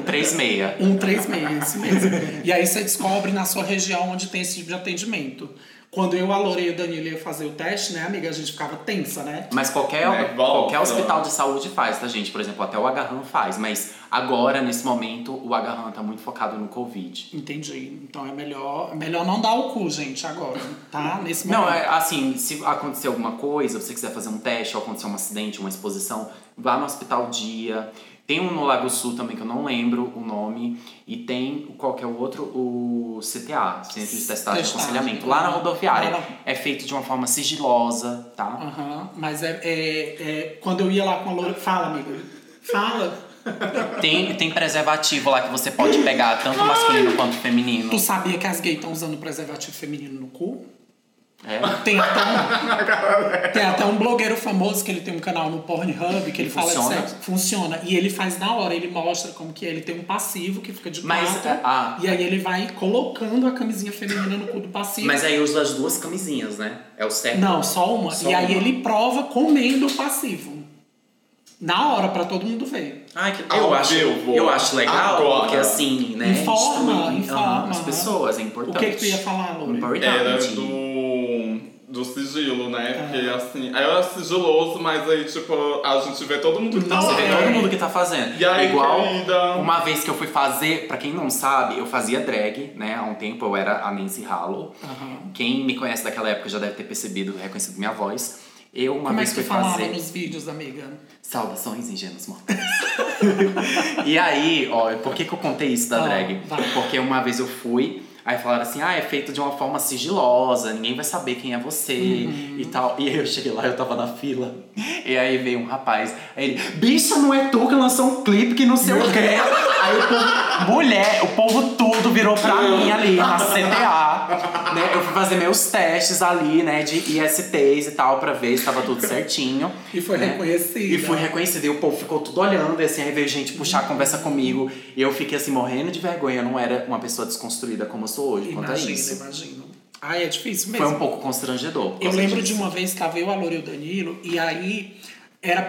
Um, três meses, isso mesmo. E aí você descobre na sua região onde tem esse tipo de atendimento. Quando eu, a Lore e o Danilo ia fazer o teste, né, amiga? A gente ficava tensa, né? Mas qualquer, Né, volta. qualquer hospital de saúde faz, tá, gente? Por exemplo, até o Agarran faz. Mas agora, nesse momento, o Agarran tá muito focado no Covid. Entendi. Então é melhor, é melhor não dar o cu, gente, agora, tá? Nesse momento. Não, é assim, se acontecer alguma coisa, você quiser fazer um teste, ou acontecer um acidente, uma exposição, vá no hospital dia. Tem um no Lago Sul também, que eu não lembro o nome. E tem o- qual que é o outro? O CTA, Centro de Testagem Testagem. e Aconselhamento. Lá na rodoviária. Lá na- É feito de uma forma sigilosa, tá? Aham. Mas é, é, é- Quando eu ia lá com a Lore. Fala, amiga. Fala. Tem, tem preservativo lá que você pode pegar, tanto masculino quanto feminino. Tu sabia que as gays estão usando preservativo feminino no cu? É. Tem até, um, tem até um blogueiro famoso que ele tem um canal no Pornhub que ele fala de Funciona? sexo. Funciona. E ele faz na hora, ele mostra como que é. Ele tem um passivo que fica de Mas, quatro. ah, e aí ele vai colocando a camisinha feminina no cu do passivo. Mas aí usa as duas camisinhas, né? É o certo. Não, só uma. Só e aí uma. ele prova comendo o passivo. Na hora, pra todo mundo ver. Ai, que... Ao eu, acho, vivo. eu acho legal, Ah, Agora. porque assim, né? Informa, instrui, informa, aham, As aham. pessoas, é importante. É, O que, que tu ia falar, É, Lore? Importante. Era do. Do sigilo, né? É. Porque assim, era sigiloso, mas aí, tipo, a gente vê todo mundo que tá Não, Você vê é. todo mundo que tá fazendo. E aí, Igual querida? uma vez que eu fui fazer, pra quem não sabe, eu fazia drag, né? Há um tempo eu era a Nancy Hallow. Aham. Quem me conhece daquela época já deve ter percebido, reconhecido minha voz. Eu uma Como é vez que tu fui falava fazer. nos vídeos, amiga? Saudações ingênuos mortais. e aí, ó, por que, que eu contei isso da Ah, drag? vai. Porque uma vez eu fui Aí falaram assim, ah, é feito de uma forma sigilosa, ninguém vai saber quem é você e tal. E aí eu cheguei lá, eu tava na fila. E aí veio um rapaz, aí ele, bicha, não é tu que lançou um clipe que não sei o quê. Aí o povo, mulher, o povo tudo virou pra mim ali na CTA. Né? Eu fui fazer meus testes ali, né, de ISTs e tal, pra ver se tava tudo certinho. E foi né? reconhecida. E fui reconhecida. E o povo ficou tudo olhando, e assim, aí veio gente puxar a conversa comigo. E eu fiquei assim, morrendo de vergonha. Eu não era uma pessoa desconstruída como eu sou hoje, quanto a Imagino, isso. imagino. Ai, é difícil mesmo. Foi um pouco constrangedor. por Eu causa lembro de disso. uma vez que tava eu, a Loura e o Danilo, e aí era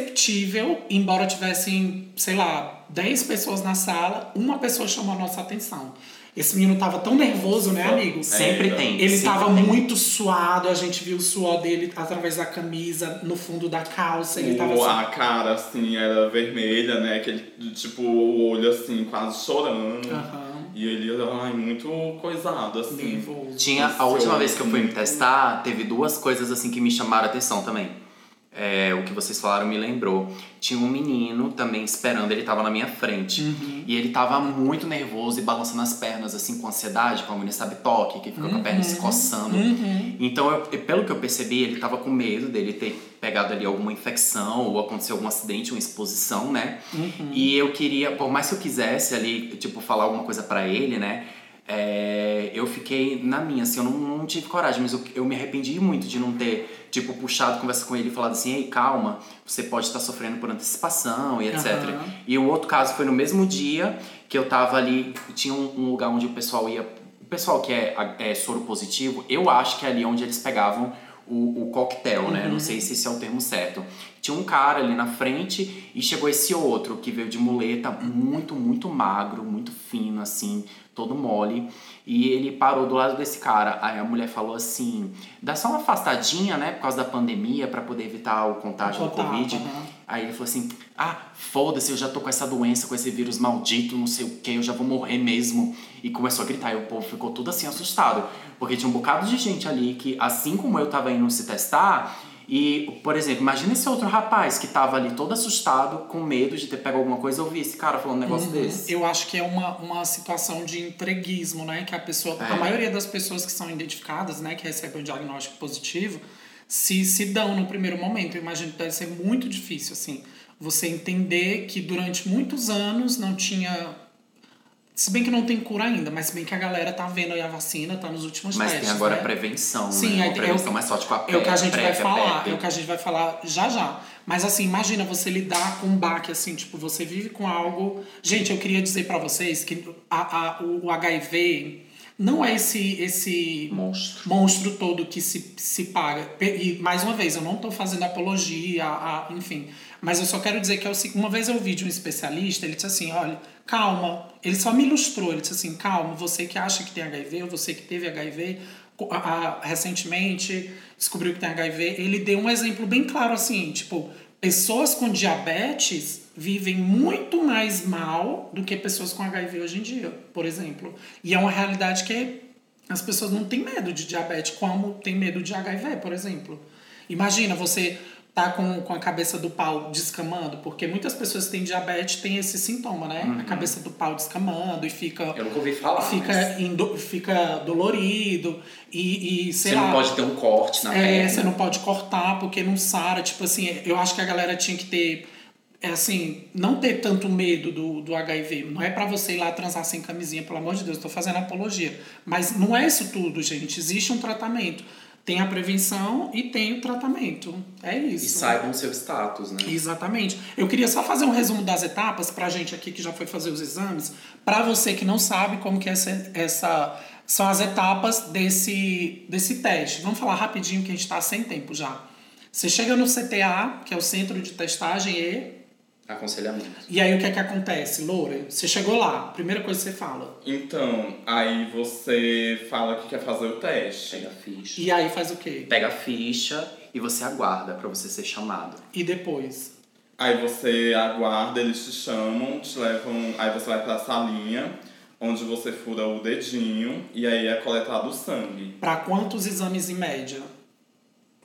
perceptível, embora tivessem, sei lá, 10 pessoas na sala, uma pessoa chamou a nossa atenção. Esse menino tava tão nervoso, né, amigo? Sempre tem. Ele sempre tava tem. muito suado, a gente viu o suor dele através da camisa, no fundo da calça, ele tava O- assim, A cara, assim, era vermelha, né? Aquele, tipo, o olho, assim, quase chorando. Aham. E ele, ai, muito coisado, assim. nervoso. Tinha a Seu- última vez que eu fui me testar, teve duas coisas assim que me chamaram a atenção também. É, o que vocês falaram me lembrou. Tinha um menino também esperando, ele tava na minha frente. E ele tava muito nervoso e balançando as pernas, assim, com ansiedade, com a mulher sabe toque, que fica com a perna Uhum. se coçando. Então, eu- e pelo que eu percebi, ele tava com medo dele ter pegado ali alguma infecção ou aconteceu algum acidente, uma exposição, né? E eu queria, por mais que eu quisesse ali, tipo, falar alguma coisa pra ele, né? É, eu fiquei na minha, assim, eu não, não tive coragem, mas eu, eu me arrependi muito de não ter, tipo, puxado, conversa com ele e falado assim, ei, calma, você pode estar sofrendo por antecipação e etc. Aham. E o outro caso foi no mesmo dia que eu tava ali, tinha um, um lugar onde o pessoal ia. O pessoal que é, a- é soro positivo, eu acho que é ali onde eles pegavam o, o coquetel, né? Não sei se esse é o termo certo. Tinha um cara ali na frente e chegou esse outro que veio de muleta, muito, muito magro, muito fino, assim, todo mole. E ele parou do lado desse cara. Aí a mulher falou assim: dá só uma afastadinha, né? Por causa da pandemia, pra poder evitar o contágio do Contato, né? Covid. aham. Aí ele falou assim: Ah, foda-se, eu já tô com essa doença, com esse vírus maldito, não sei o que, eu já vou morrer mesmo. E começou a gritar, e o povo ficou tudo assim assustado. Porque tinha um bocado de gente ali que, assim como eu tava indo se testar, e, por exemplo, imagina esse outro rapaz que tava ali todo assustado, com medo de ter pego alguma coisa, ouvir esse cara falando um negócio desse. Uhum. Eu acho que é uma, uma situação de entreguismo, né? Que a pessoa, É. a maioria das pessoas que são identificadas, né, que recebem o diagnóstico positivo, se, se dão no primeiro momento. Eu imagino que deve ser muito difícil, assim, você entender que durante muitos anos não tinha. Se bem que não tem cura ainda, mas se bem que a galera tá vendo aí a vacina, tá nos últimos Mas testes. tem agora né? a prevenção, Sim, né? aí Uma tem- prevenção é o- mais forte com a É o que a gente vai PrEP, falar, PEP. é o que a gente vai falar já já. Mas assim, imagina você lidar com um baque assim, tipo, você vive com algo. Gente, eu queria dizer pra vocês que a, a- o, o HIV não é esse esse Monstro. monstro todo que se, se paga. Pe- E mais uma vez, eu não tô fazendo apologia, a, enfim. Mas eu só quero dizer que é o seguinte, uma vez eu ouvi de um especialista, ele disse assim, olha, calma. Ele só me ilustrou, ele disse assim, calma, você que acha que tem HIV, ou você que teve HIV co- a- a- recentemente, descobriu que tem HIV, ele deu um exemplo bem claro assim, tipo, pessoas com diabetes vivem muito mais mal do que pessoas com HIV hoje em dia, por exemplo. E é uma realidade que é as pessoas não têm medo de diabetes como tem medo de HIV, por exemplo. Imagina você tá com, com a cabeça do pau descamando, porque muitas pessoas que têm diabetes têm esse sintoma, né? A cabeça do pau descamando e fica. Uhum. Eu nunca ouvi falar. mas Fica, indo, fica dolorido e, e sei Você lá. não pode ter um corte na É, perna. você não pode cortar porque não sara. Tipo assim, eu acho que a galera tinha que ter. É assim, não ter tanto medo do, do HIV. Não é pra você ir lá transar sem camisinha, pelo amor de Deus, eu tô fazendo apologia. Mas não é isso tudo, gente. Existe um tratamento. Tem a prevenção e tem o tratamento. É isso. E saibam o seu status, né? Exatamente. Eu queria só fazer um resumo das etapas pra gente aqui que já foi fazer os exames, pra você que não sabe como que é essa, essa são as etapas desse desse teste. Vamos falar rapidinho que a gente tá sem tempo já. Você chega no CTA, que é o Centro de Testagem e Aconselhamento. e aí o que é que acontece, Loura? Você chegou lá, primeira coisa que você fala. Então, aí você fala que quer fazer o teste. Pega a ficha. E aí faz o quê? Pega a ficha e você aguarda pra você ser chamado. E depois? Aí você aguarda, eles te chamam, te levam. Aí você vai pra salinha, onde você fura o dedinho, e aí é coletado o sangue. Pra quantos exames em média?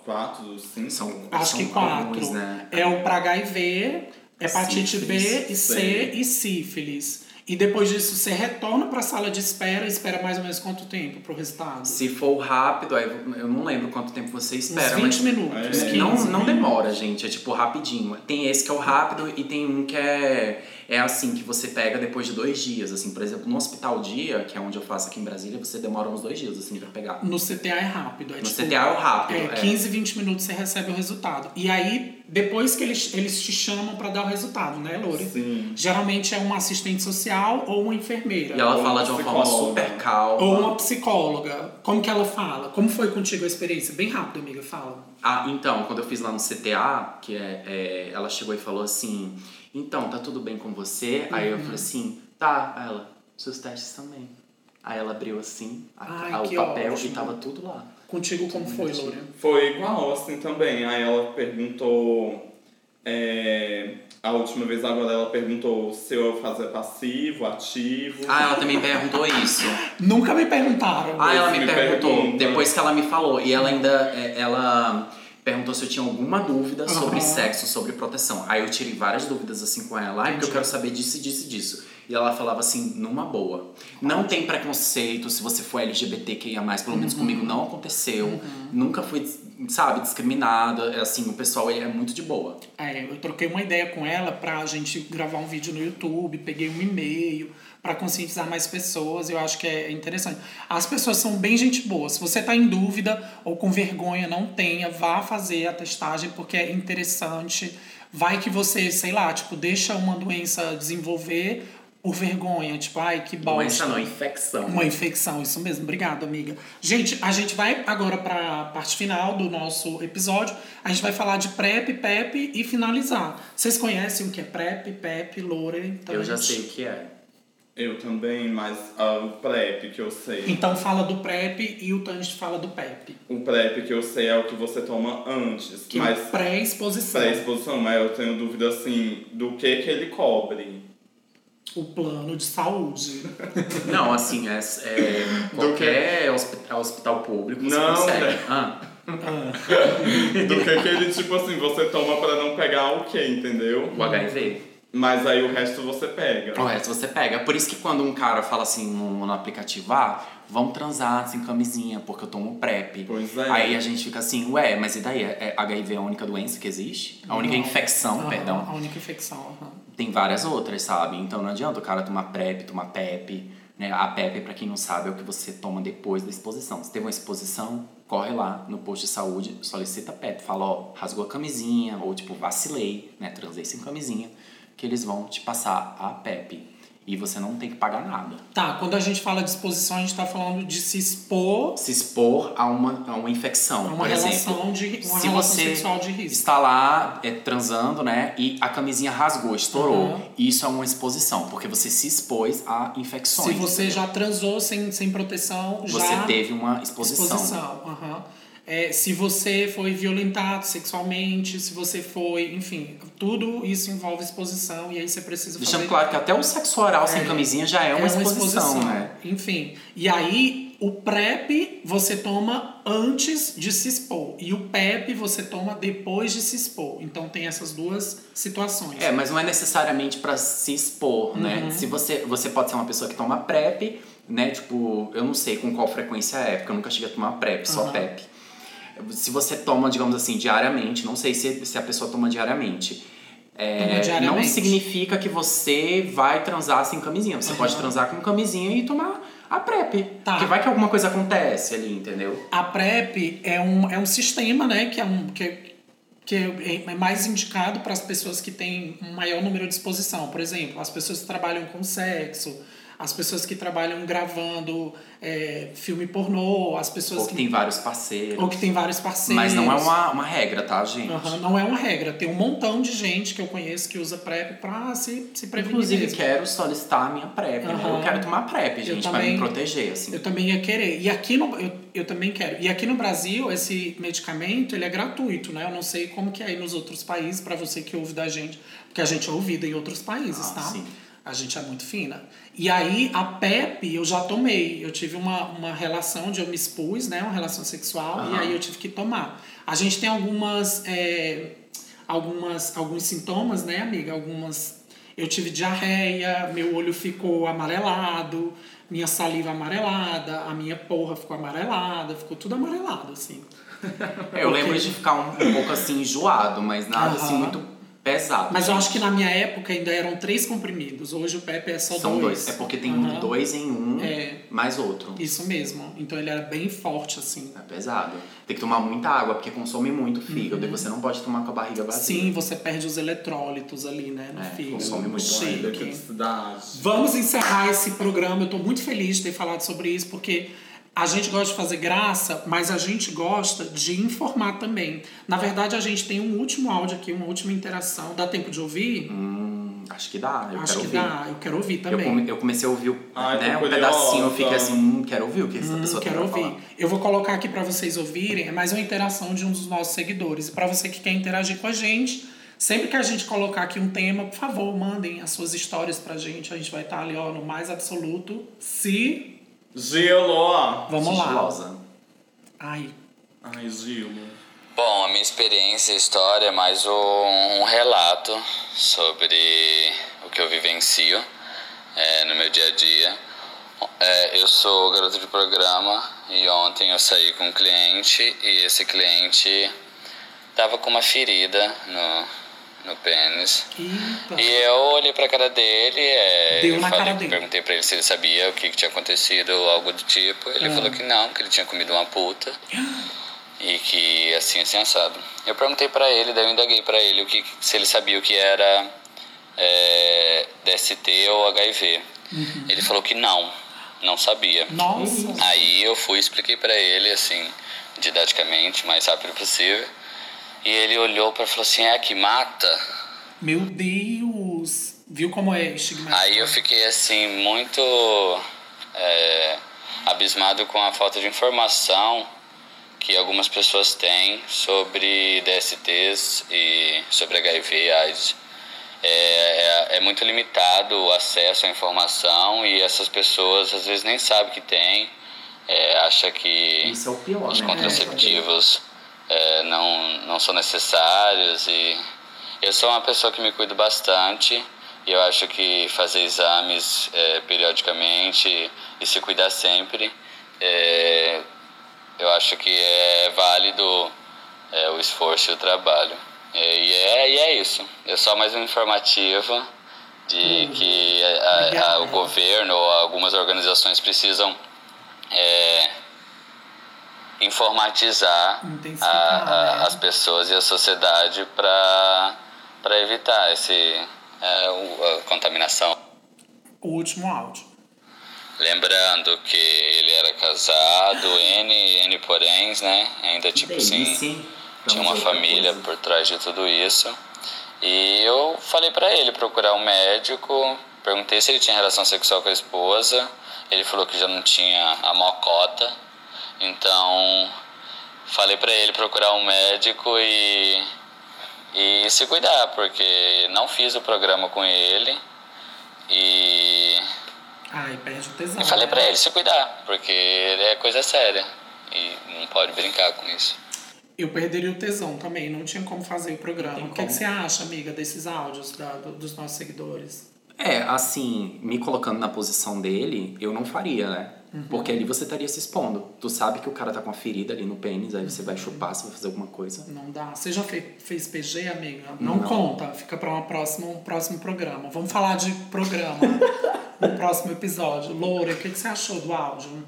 Quatro, cinco. São- Acho que São quatro. alguns, né? É o para HIV, hepatite Sífilis, é. B e C C. e sífilis. E depois disso, você retorna para a sala de espera e espera mais ou menos quanto tempo para o resultado? Se for rápido, aí eu não lembro quanto tempo você espera, Uns 20 mas minutos. né? É. 15. não, não demora, gente. É tipo rapidinho. Tem esse que é o rápido e tem um que é, é assim, que você pega depois de dois dias. Assim, por exemplo, no hospital dia, que é onde eu faço aqui em Brasília, você demora uns dois dias assim pra pegar. No CTA é rápido. É No tipo, CTA é o rápido. É, 15, 20 minutos você recebe o resultado. E aí, depois que eles, eles te chamam para dar o resultado, né, Lore? Sim. Geralmente é uma assistente social ou uma enfermeira. E ela Ou fala de uma forma psicóloga. super calma. Ou uma psicóloga. Como que ela fala? Como foi contigo a experiência? Bem rápido, amiga, fala. Ah, então, quando eu fiz lá no CTA, que é, é, ela chegou e falou assim: Então, tá tudo bem com você? Aí Uhum. eu falei assim: Tá. Aí ela, seus testes também. Aí ela abriu assim a- Ai, a- que o papel ótimo. e tava tudo lá. Contigo como foi, Lore? Foi igual assim também. Aí ela perguntou. é, a última vez agora ela perguntou se eu fazia passivo, ativo. Ah, ela também perguntou isso. Nunca me perguntaram. Ah, ela Você me me perguntou, pergunta. depois que ela me falou. E ela ainda, é, ela perguntou se eu tinha alguma dúvida sobre Aham. sexo, sobre proteção. Aí eu tirei várias dúvidas assim com ela, "Ai, porque eu quero saber disso e disso e disso. E ela falava assim, numa boa. Não tem preconceito se você for LGBTQIA+, pelo menos comigo não aconteceu. Nunca fui, sabe, discriminada. É Assim, o pessoal ele é muito de boa. É, eu troquei uma ideia com ela pra gente gravar um vídeo no YouTube, peguei um e-mail pra conscientizar mais pessoas, eu acho que é interessante. As pessoas são bem gente boa. Se você tá em dúvida ou com vergonha, não tenha, vá fazer a testagem porque é interessante. Vai que você, sei lá, tipo, deixa uma doença desenvolver por vergonha, tipo, ai, que bosta. Doença não, infecção. Uma infecção, isso mesmo. Obrigado, amiga. Gente, a gente vai agora para a parte final do nosso episódio. A gente vai falar de PrEP, PEP e finalizar. Vocês conhecem o que é PrEP, PEP, Lore? Então, Eu já gente- sei o que é. Eu também, mas ah, o PrEP que eu sei. Então fala do PrEP e o Tange fala do PEP. O PrEP que eu sei é o que você toma antes. Que mas é pré-exposição. pré-exposição, mas eu tenho dúvida assim do que que ele cobre. O plano de saúde. Não, assim, é, é qualquer hospi- hospital público você Não, consegue. né? Ah, Do que que ele, tipo assim, você toma pra não pegar o quê, entendeu? o HIV. Mas aí o resto você pega. O resto você pega. Por isso que quando um cara fala assim no, no aplicativo, ah, vamos transar assim sem camisinha, porque eu tomo PrEP. Pois é. Aí a gente fica assim, ué, mas e daí? É- é HIV é a única doença que existe? A única Não. infecção, Aham, perdão. A única infecção. aham. Tem várias outras, sabe? Então não adianta o cara tomar PrEP, tomar PEP. Né? A PEP, pra quem não sabe, é o que você toma depois da exposição. Se teve uma exposição, corre lá no posto de saúde, solicita PEP. Fala, ó, rasgou a camisinha, ou tipo, vacilei, né? Transei sem camisinha, que eles vão te passar a PEP. E você não tem que pagar nada. Tá, quando a gente fala de exposição, a gente tá falando de se expor Se expor a uma, a uma infecção, a uma por exemplo. relação, de, Tipo, uma se relação você sexual de risco. está lá é, transando, né? E a camisinha rasgou, estourou. Uhum. Isso é uma exposição, porque você se expôs a infecções. Se você já transou sem, sem proteção, Você já teve uma exposição. aham. É, se você foi violentado sexualmente, se você foi, enfim, tudo isso envolve exposição e aí você precisa Deixando fazer claro que até o sexo oral sem camisinha já é uma, exposição, né? Enfim, e aí o PrEP você toma antes de se expor e o PEP você toma depois de se expor. Então tem essas duas situações. É, mas não é necessariamente pra se expor, Uhum. né? Se você, você pode ser uma pessoa que toma PrEP, né? Tipo, eu não sei com qual frequência é, porque eu nunca cheguei a tomar PrEP, só Aham. PEP. Se você toma, digamos assim, diariamente, não sei se, se a pessoa toma diariamente. é, Toma não diariamente. significa que você vai transar sem camisinha. Você Aham. pode transar com camisinha e tomar a PrEP. Uhum. Tá. Porque vai que alguma coisa acontece ali, entendeu? A PrEP é um, é um sistema, né, que é um que, é- que é é mais indicado para as pessoas que têm um maior número de exposição. Por exemplo, as pessoas que trabalham com sexo, as pessoas que trabalham gravando é, filme pornô, as pessoas Ou que que, tem vários parceiros. ou que tem vários parceiros. Mas não é uma, uma regra, tá, gente? Aham, não é uma regra. Tem um montão de gente que eu conheço que usa PrEP para se, se prevenir. Inclusive, mesmo. quero solicitar a minha PrEP, né? Aham. Eu quero tomar PrEP, gente, pra também- me proteger, assim. Eu também ia querer. E aqui no eu, eu também quero. E aqui no Brasil, esse medicamento, ele é gratuito, né? Eu não sei como que é aí nos outros países, pra você que ouve da gente, porque a gente é ouvida em outros países, Ah, tá? sim. A gente é muito fina. E aí, a PEP eu já tomei. Eu tive uma, uma relação onde eu me expus, né? Uma relação sexual, e Aham. aí eu tive que tomar. A gente tem algumas. é, algumas alguns sintomas, né, amiga? Algumas Eu tive diarreia, meu olho ficou amarelado, minha saliva amarelada, a minha porra ficou amarelada, ficou tudo amarelado, assim. Eu lembro de ficar um, um pouco assim enjoado, mas nada assim Aham. muito pesado. Mas eu acho que na minha época ainda eram três comprimidos, hoje o Pepe é só São dois. dois. É porque tem Aham. dois em um, É. mais outro. Isso mesmo. Então ele era bem forte, assim. É pesado. Tem que tomar muita água, porque consome muito o fígado. E você não pode tomar com a barriga vazia. Uhum. Sim, você perde os eletrólitos ali, né? Assim, No né? É, fígado. consome muito Chique. Eletricidade. Vamos encerrar esse programa. Eu tô muito feliz de ter falado sobre isso, porque a gente gosta de fazer graça, mas a gente gosta de informar também. Na verdade, a gente tem um último áudio aqui, uma última interação. Dá tempo de ouvir? Hum, acho que dá. Eu Acho quero que ouvir. dá. Eu quero ouvir Eu, também. come- eu comecei a ouvir o- Ai, né, tô um pedacinho, eu curiosa. fiquei assim, hum, quero ouvir o que essa pessoa tem Quero pra ouvir. falar. Eu vou colocar aqui para vocês ouvirem, é mais uma interação de um dos nossos seguidores. E para você que quer interagir com a gente, sempre que a gente colocar aqui um tema, por favor, mandem as suas histórias pra gente. A gente vai estar ali, ó, no mais absoluto. Se. Gelo. Vamos lá. Sigilosa. Ai, Ai, gelo. Bom, a minha experiência e história é mais um, um relato sobre o que eu vivencio eh, no meu dia a dia. Eh, eu sou garoto de programa e ontem eu saí com um cliente e esse cliente tava com uma ferida no, no pênis. eita. E eu olhei pra cara dele, é, Deu eu na falei- cara dele. perguntei pra ele se ele sabia o que, que tinha acontecido ou algo do tipo. Ah. Ele falou que não, que ele tinha comido uma (gasps) puta. E que assim, assim, assado. Eu perguntei pra ele, daí eu indaguei pra ele o que, se ele sabia o que era é, DST ou HIV. Ele falou que não, não sabia. Uhum. Nossa. Aí eu fui e expliquei pra ele, assim, didaticamente, o mais rápido possível. E ele olhou pra falou assim, é que mata? Meu Deus. Viu como é estigmatizado? Aí eu fiquei assim muito é, abismado com a falta de informação que algumas pessoas têm sobre DSTs e sobre HIV e AIDS. É, é, é muito limitado o acesso à informação e essas pessoas às vezes nem sabem que tem, é, acha que Isso é o pior, os Uhum. né? contraceptivos eh, não, não são necessários e eu sou uma pessoa que me cuido bastante e eu acho que fazer exames eh, periodicamente e se cuidar sempre eh, eu acho que é válido eh, o esforço e o trabalho Eh, e é, e é isso é só mais um informativo de que a- a- o governo ou algumas organizações precisam eh, informatizar Intensificar, a, a- né? as pessoas e a sociedade para evitar esse, é, o- a contaminação. O último áudio. Lembrando que ele era casado, N, N poréns, né? Ainda tipo assim, Delícia, hein? tinha Vamos uma ver outra família coisa. por trás de tudo isso. E eu falei pra ele procurar um médico, perguntei se ele tinha relação sexual com a esposa. Ele falou que já não tinha a mocota. Então, falei pra ele procurar um médico e e se cuidar, porque não fiz o programa com ele. E Ai, perde o tesão. eu falei pra ele se cuidar, porque é coisa séria e não pode brincar com isso. Eu perderia o tesão também, não tinha como fazer o programa. tem O que, é que como. você acha, amiga, desses áudios da- do- dos nossos seguidores? É, assim, me colocando na posição dele, eu não faria, né? Uhum. Porque ali você estaria se expondo. Tu sabe que o cara tá com uma ferida ali no pênis, aí você vai chupar, você vai fazer alguma coisa. Não dá. Você já fe- fez PG, amiga? Não, conta. Fica para um próximo programa. Vamos falar de (laughs) programa no próximo episódio. Loura, o que, que você achou do áudio?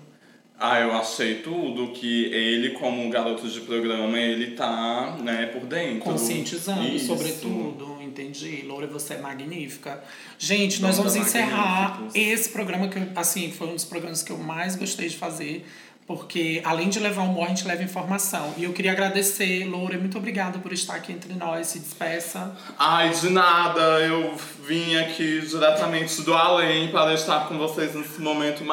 Ah, eu achei tudo que ele, como um garoto de programa, ele tá, né, por dentro. Conscientizando, Isso. sobretudo. Entendi. Loura, você é magnífica. Gente, nós Nós vamos encerrar magníficos. esse programa que, eu, assim, foi um dos programas que eu mais gostei de fazer. Porque, além de levar humor, a gente leva informação. E eu queria agradecer, Loura, muito obrigada por estar aqui entre nós. Se despeça. Ai, de nada, eu vim aqui diretamente do além para estar com vocês nesse momento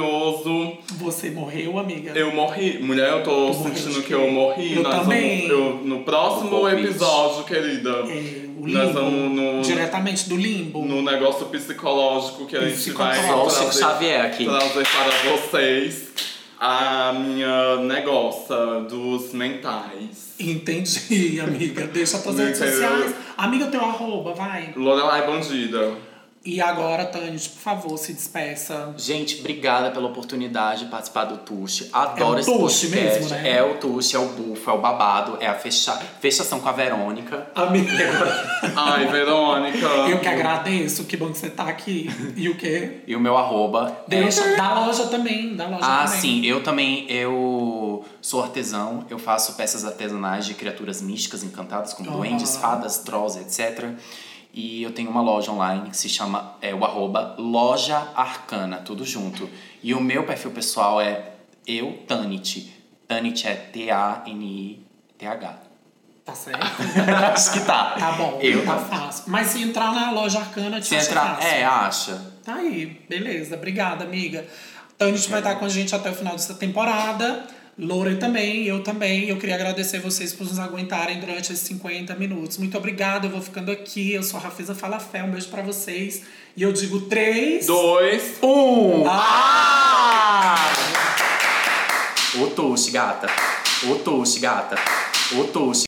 maravilhoso. Você morreu, amiga? Eu morri. Mulher, eu tô Tu morreu de sentindo quê? que eu morri. Eu Nós também. Vamos, eu- no O próximo Covid. episódio, querida, É, o nós limbo. vamos no, Diretamente do limbo. no negócio psicológico que a gente vai Só o Psicológico. Chico trazer, Xavier aqui. trazer para vocês. a minha negócio dos mentais. Entendi, (laughs) amiga. Deixa tuas Não redes entendeu. sociais. Amiga, teu arroba, vai. Lorelai Bandida. E agora, Tânis, por favor, se despeça. Gente, obrigada pela oportunidade de participar do Tuxi. Adoro É o esse Tuxi podcast. mesmo, né? É o Tuxi, é o bufo, é o babado, é a fecha... fechação com a Verônica. (laughs) Amiga, Ai, Verônica. eu que agradeço. Que bom que você tá aqui. E o quê? E o meu arroba. é Deixa, da loja também, da loja É. Ah, também. sim, eu também, eu sou artesão, eu faço peças artesanais de criaturas místicas encantadas, como Aham. duendes, fadas, trolls, etc. E eu tenho uma loja online que se chama, é o arroba Loja Arcana, tudo junto. E o meu perfil pessoal é eu, Tanit. Tanit é T-A-N-I-T-H. Tá certo? (laughs) Acho que tá. Tá bom, Eu, tá fácil. Mas se entrar na loja arcana, te se acha entrar, fácil. é, acha. Tá aí, beleza. Obrigada, amiga. Tânis vai estar com a gente até o final dessa temporada. Lore também, eu também. Eu queria agradecer vocês por nos aguentarem durante esses 50 minutos. Muito obrigada, eu vou ficando aqui. Eu sou a Rafisa Falafel, um beijo pra vocês. E eu digo três. Dois. Um! Ah! O Tuxi, gata. O Tuxi, gata. O Tuxi.